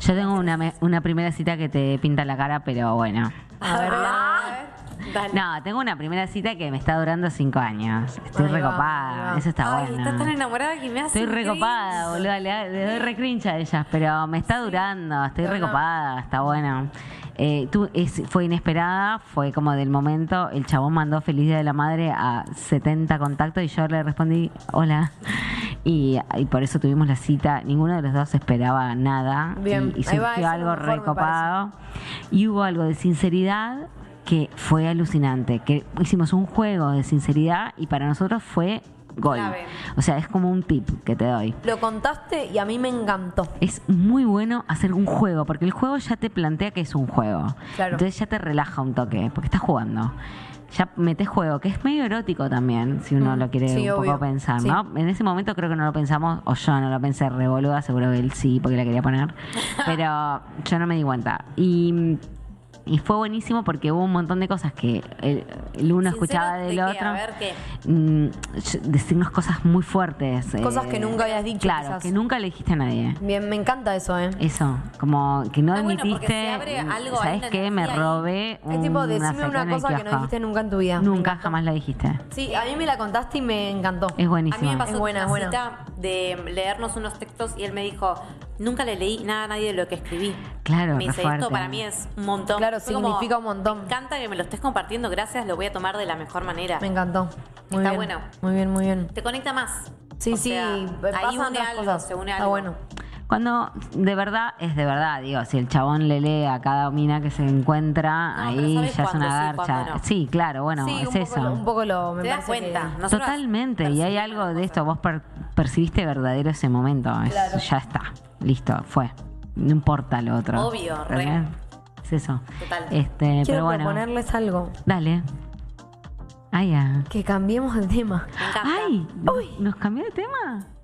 C: Yo tengo una, me- una primera cita que te pinta la cara, pero bueno.
A: A ver, dale, Ah. dale.
C: No, tengo una primera cita que me está durando cinco años. Estoy
B: Ahí va, ahí
C: recopada.
B: va.
C: Eso está
A: Ay,
C: bueno.
A: estás tan enamorada que me hace.
C: Estoy
A: increíble.
C: recopada, boluda. Le, le doy recrincha a ellas, pero me está durando. Estoy
B: Bueno.
C: recopada, está bueno. Eh, tú, es- fue inesperada, fue como del momento. El chabón mandó Feliz Día de la Madre a 70 contactos y yo le respondí, hola. Y, y por eso tuvimos la cita. Ninguno de los dos esperaba nada.
B: Bien,
C: y, y
B: ahí
C: surgió
B: va, eso es lo
C: algo
B: mejor, me
C: recopado. Y hubo algo de sinceridad que fue alucinante. Que hicimos un juego de sinceridad y para nosotros fue gol.
A: Clave.
C: O sea, es como un tip que te doy.
B: Lo contaste y a mí me encantó.
C: Es muy bueno hacer un juego, porque el juego ya te plantea que es un juego.
B: Claro.
C: Entonces ya te relaja un toque, porque estás jugando. Ya metes juego, que es medio erótico también, si uno lo quiere
B: Mm, sí,
C: un
B: obvio.
C: poco pensar,
B: Sí.
C: ¿no? En ese momento creo que no lo pensamos, o yo no lo pensé re boluda, seguro que él sí, porque la quería poner. Pero yo no me di cuenta. Y, y fue buenísimo porque hubo un montón de cosas que el, el
A: Sincero,
C: uno escuchaba
A: ¿de
C: del
A: qué? A
C: otro.
A: ver, ¿qué?
C: Mm, yo- decirnos cosas muy fuertes. eh,
B: Cosas que nunca habías dicho,
C: Claro,
B: quizás.
C: que nunca le dijiste a nadie.
B: Bien, me encanta eso, ¿eh?
C: Eso, como que no
A: Ah, bueno, porque
C: admitiste. mm,
A: se abre algo, hay
C: ¿Sabes
A: una
C: qué? Me
A: energía ahí.
C: robé.
B: es tipo,
C: un
B: decime
C: aceite en
B: una
C: el
B: cosa que no
C: kiosco.
B: dijiste nunca en tu vida. Me
C: Nunca,
B: encantó.
C: jamás la dijiste.
B: Sí, a mí me la contaste y me encantó.
C: Es
A: A mí
C: buenísimo.
A: me pasó
B: Es buena,
A: una
B: es buena.
A: cita de leernos unos textos y él me dijo, nunca le leí nada a nadie de lo que escribí.
C: Claro,
A: Me
C: re
A: dice,
C: fuerte.
A: esto para mí es un montón.
B: Claro,
A: Fue como,
B: significa un montón.
A: Me encanta que me lo estés compartiendo, gracias, lo voy a tomar de la mejor manera.
B: Me encantó. Muy
A: Está
B: bien.
A: bueno.
B: Muy bien, muy bien.
A: Te conecta más.
B: Sí,
A: O
B: sí, eh,
A: sea, ahí
B: pasan
A: une
B: otras
A: algo,
B: cosas.
A: se une
B: Está
A: algo.
B: bueno.
C: Cuando de verdad es de verdad, digo, si el chabón le lee a cada mina que se encuentra,
A: No, pero
C: ahí ya
A: ¿sabes
C: es
A: cuándo
C: una
A: sí,
C: garcha.
A: cuándo no?
C: Sí, claro, bueno,
B: sí,
C: es
B: un,
C: eso.
B: Poco lo, un poco lo. Me
A: Te das
B: parece que-
A: cuenta. Nosotras
C: Totalmente, y hay
A: percibimos
C: algo
A: las
C: de
A: cosas.
C: esto, vos per- percibiste verdadero ese momento, es- ya está, listo, fue, no importa lo otro.
A: Obvio, re.
C: ¿entendés? Es eso.
A: Total.
C: Este,
B: Quiero
C: pero bueno,
B: proponerles algo.
C: dale. Ay, ah.
B: Que cambiemos de tema.
A: Me encanta.
C: Ay, ¿nos cambió de tema?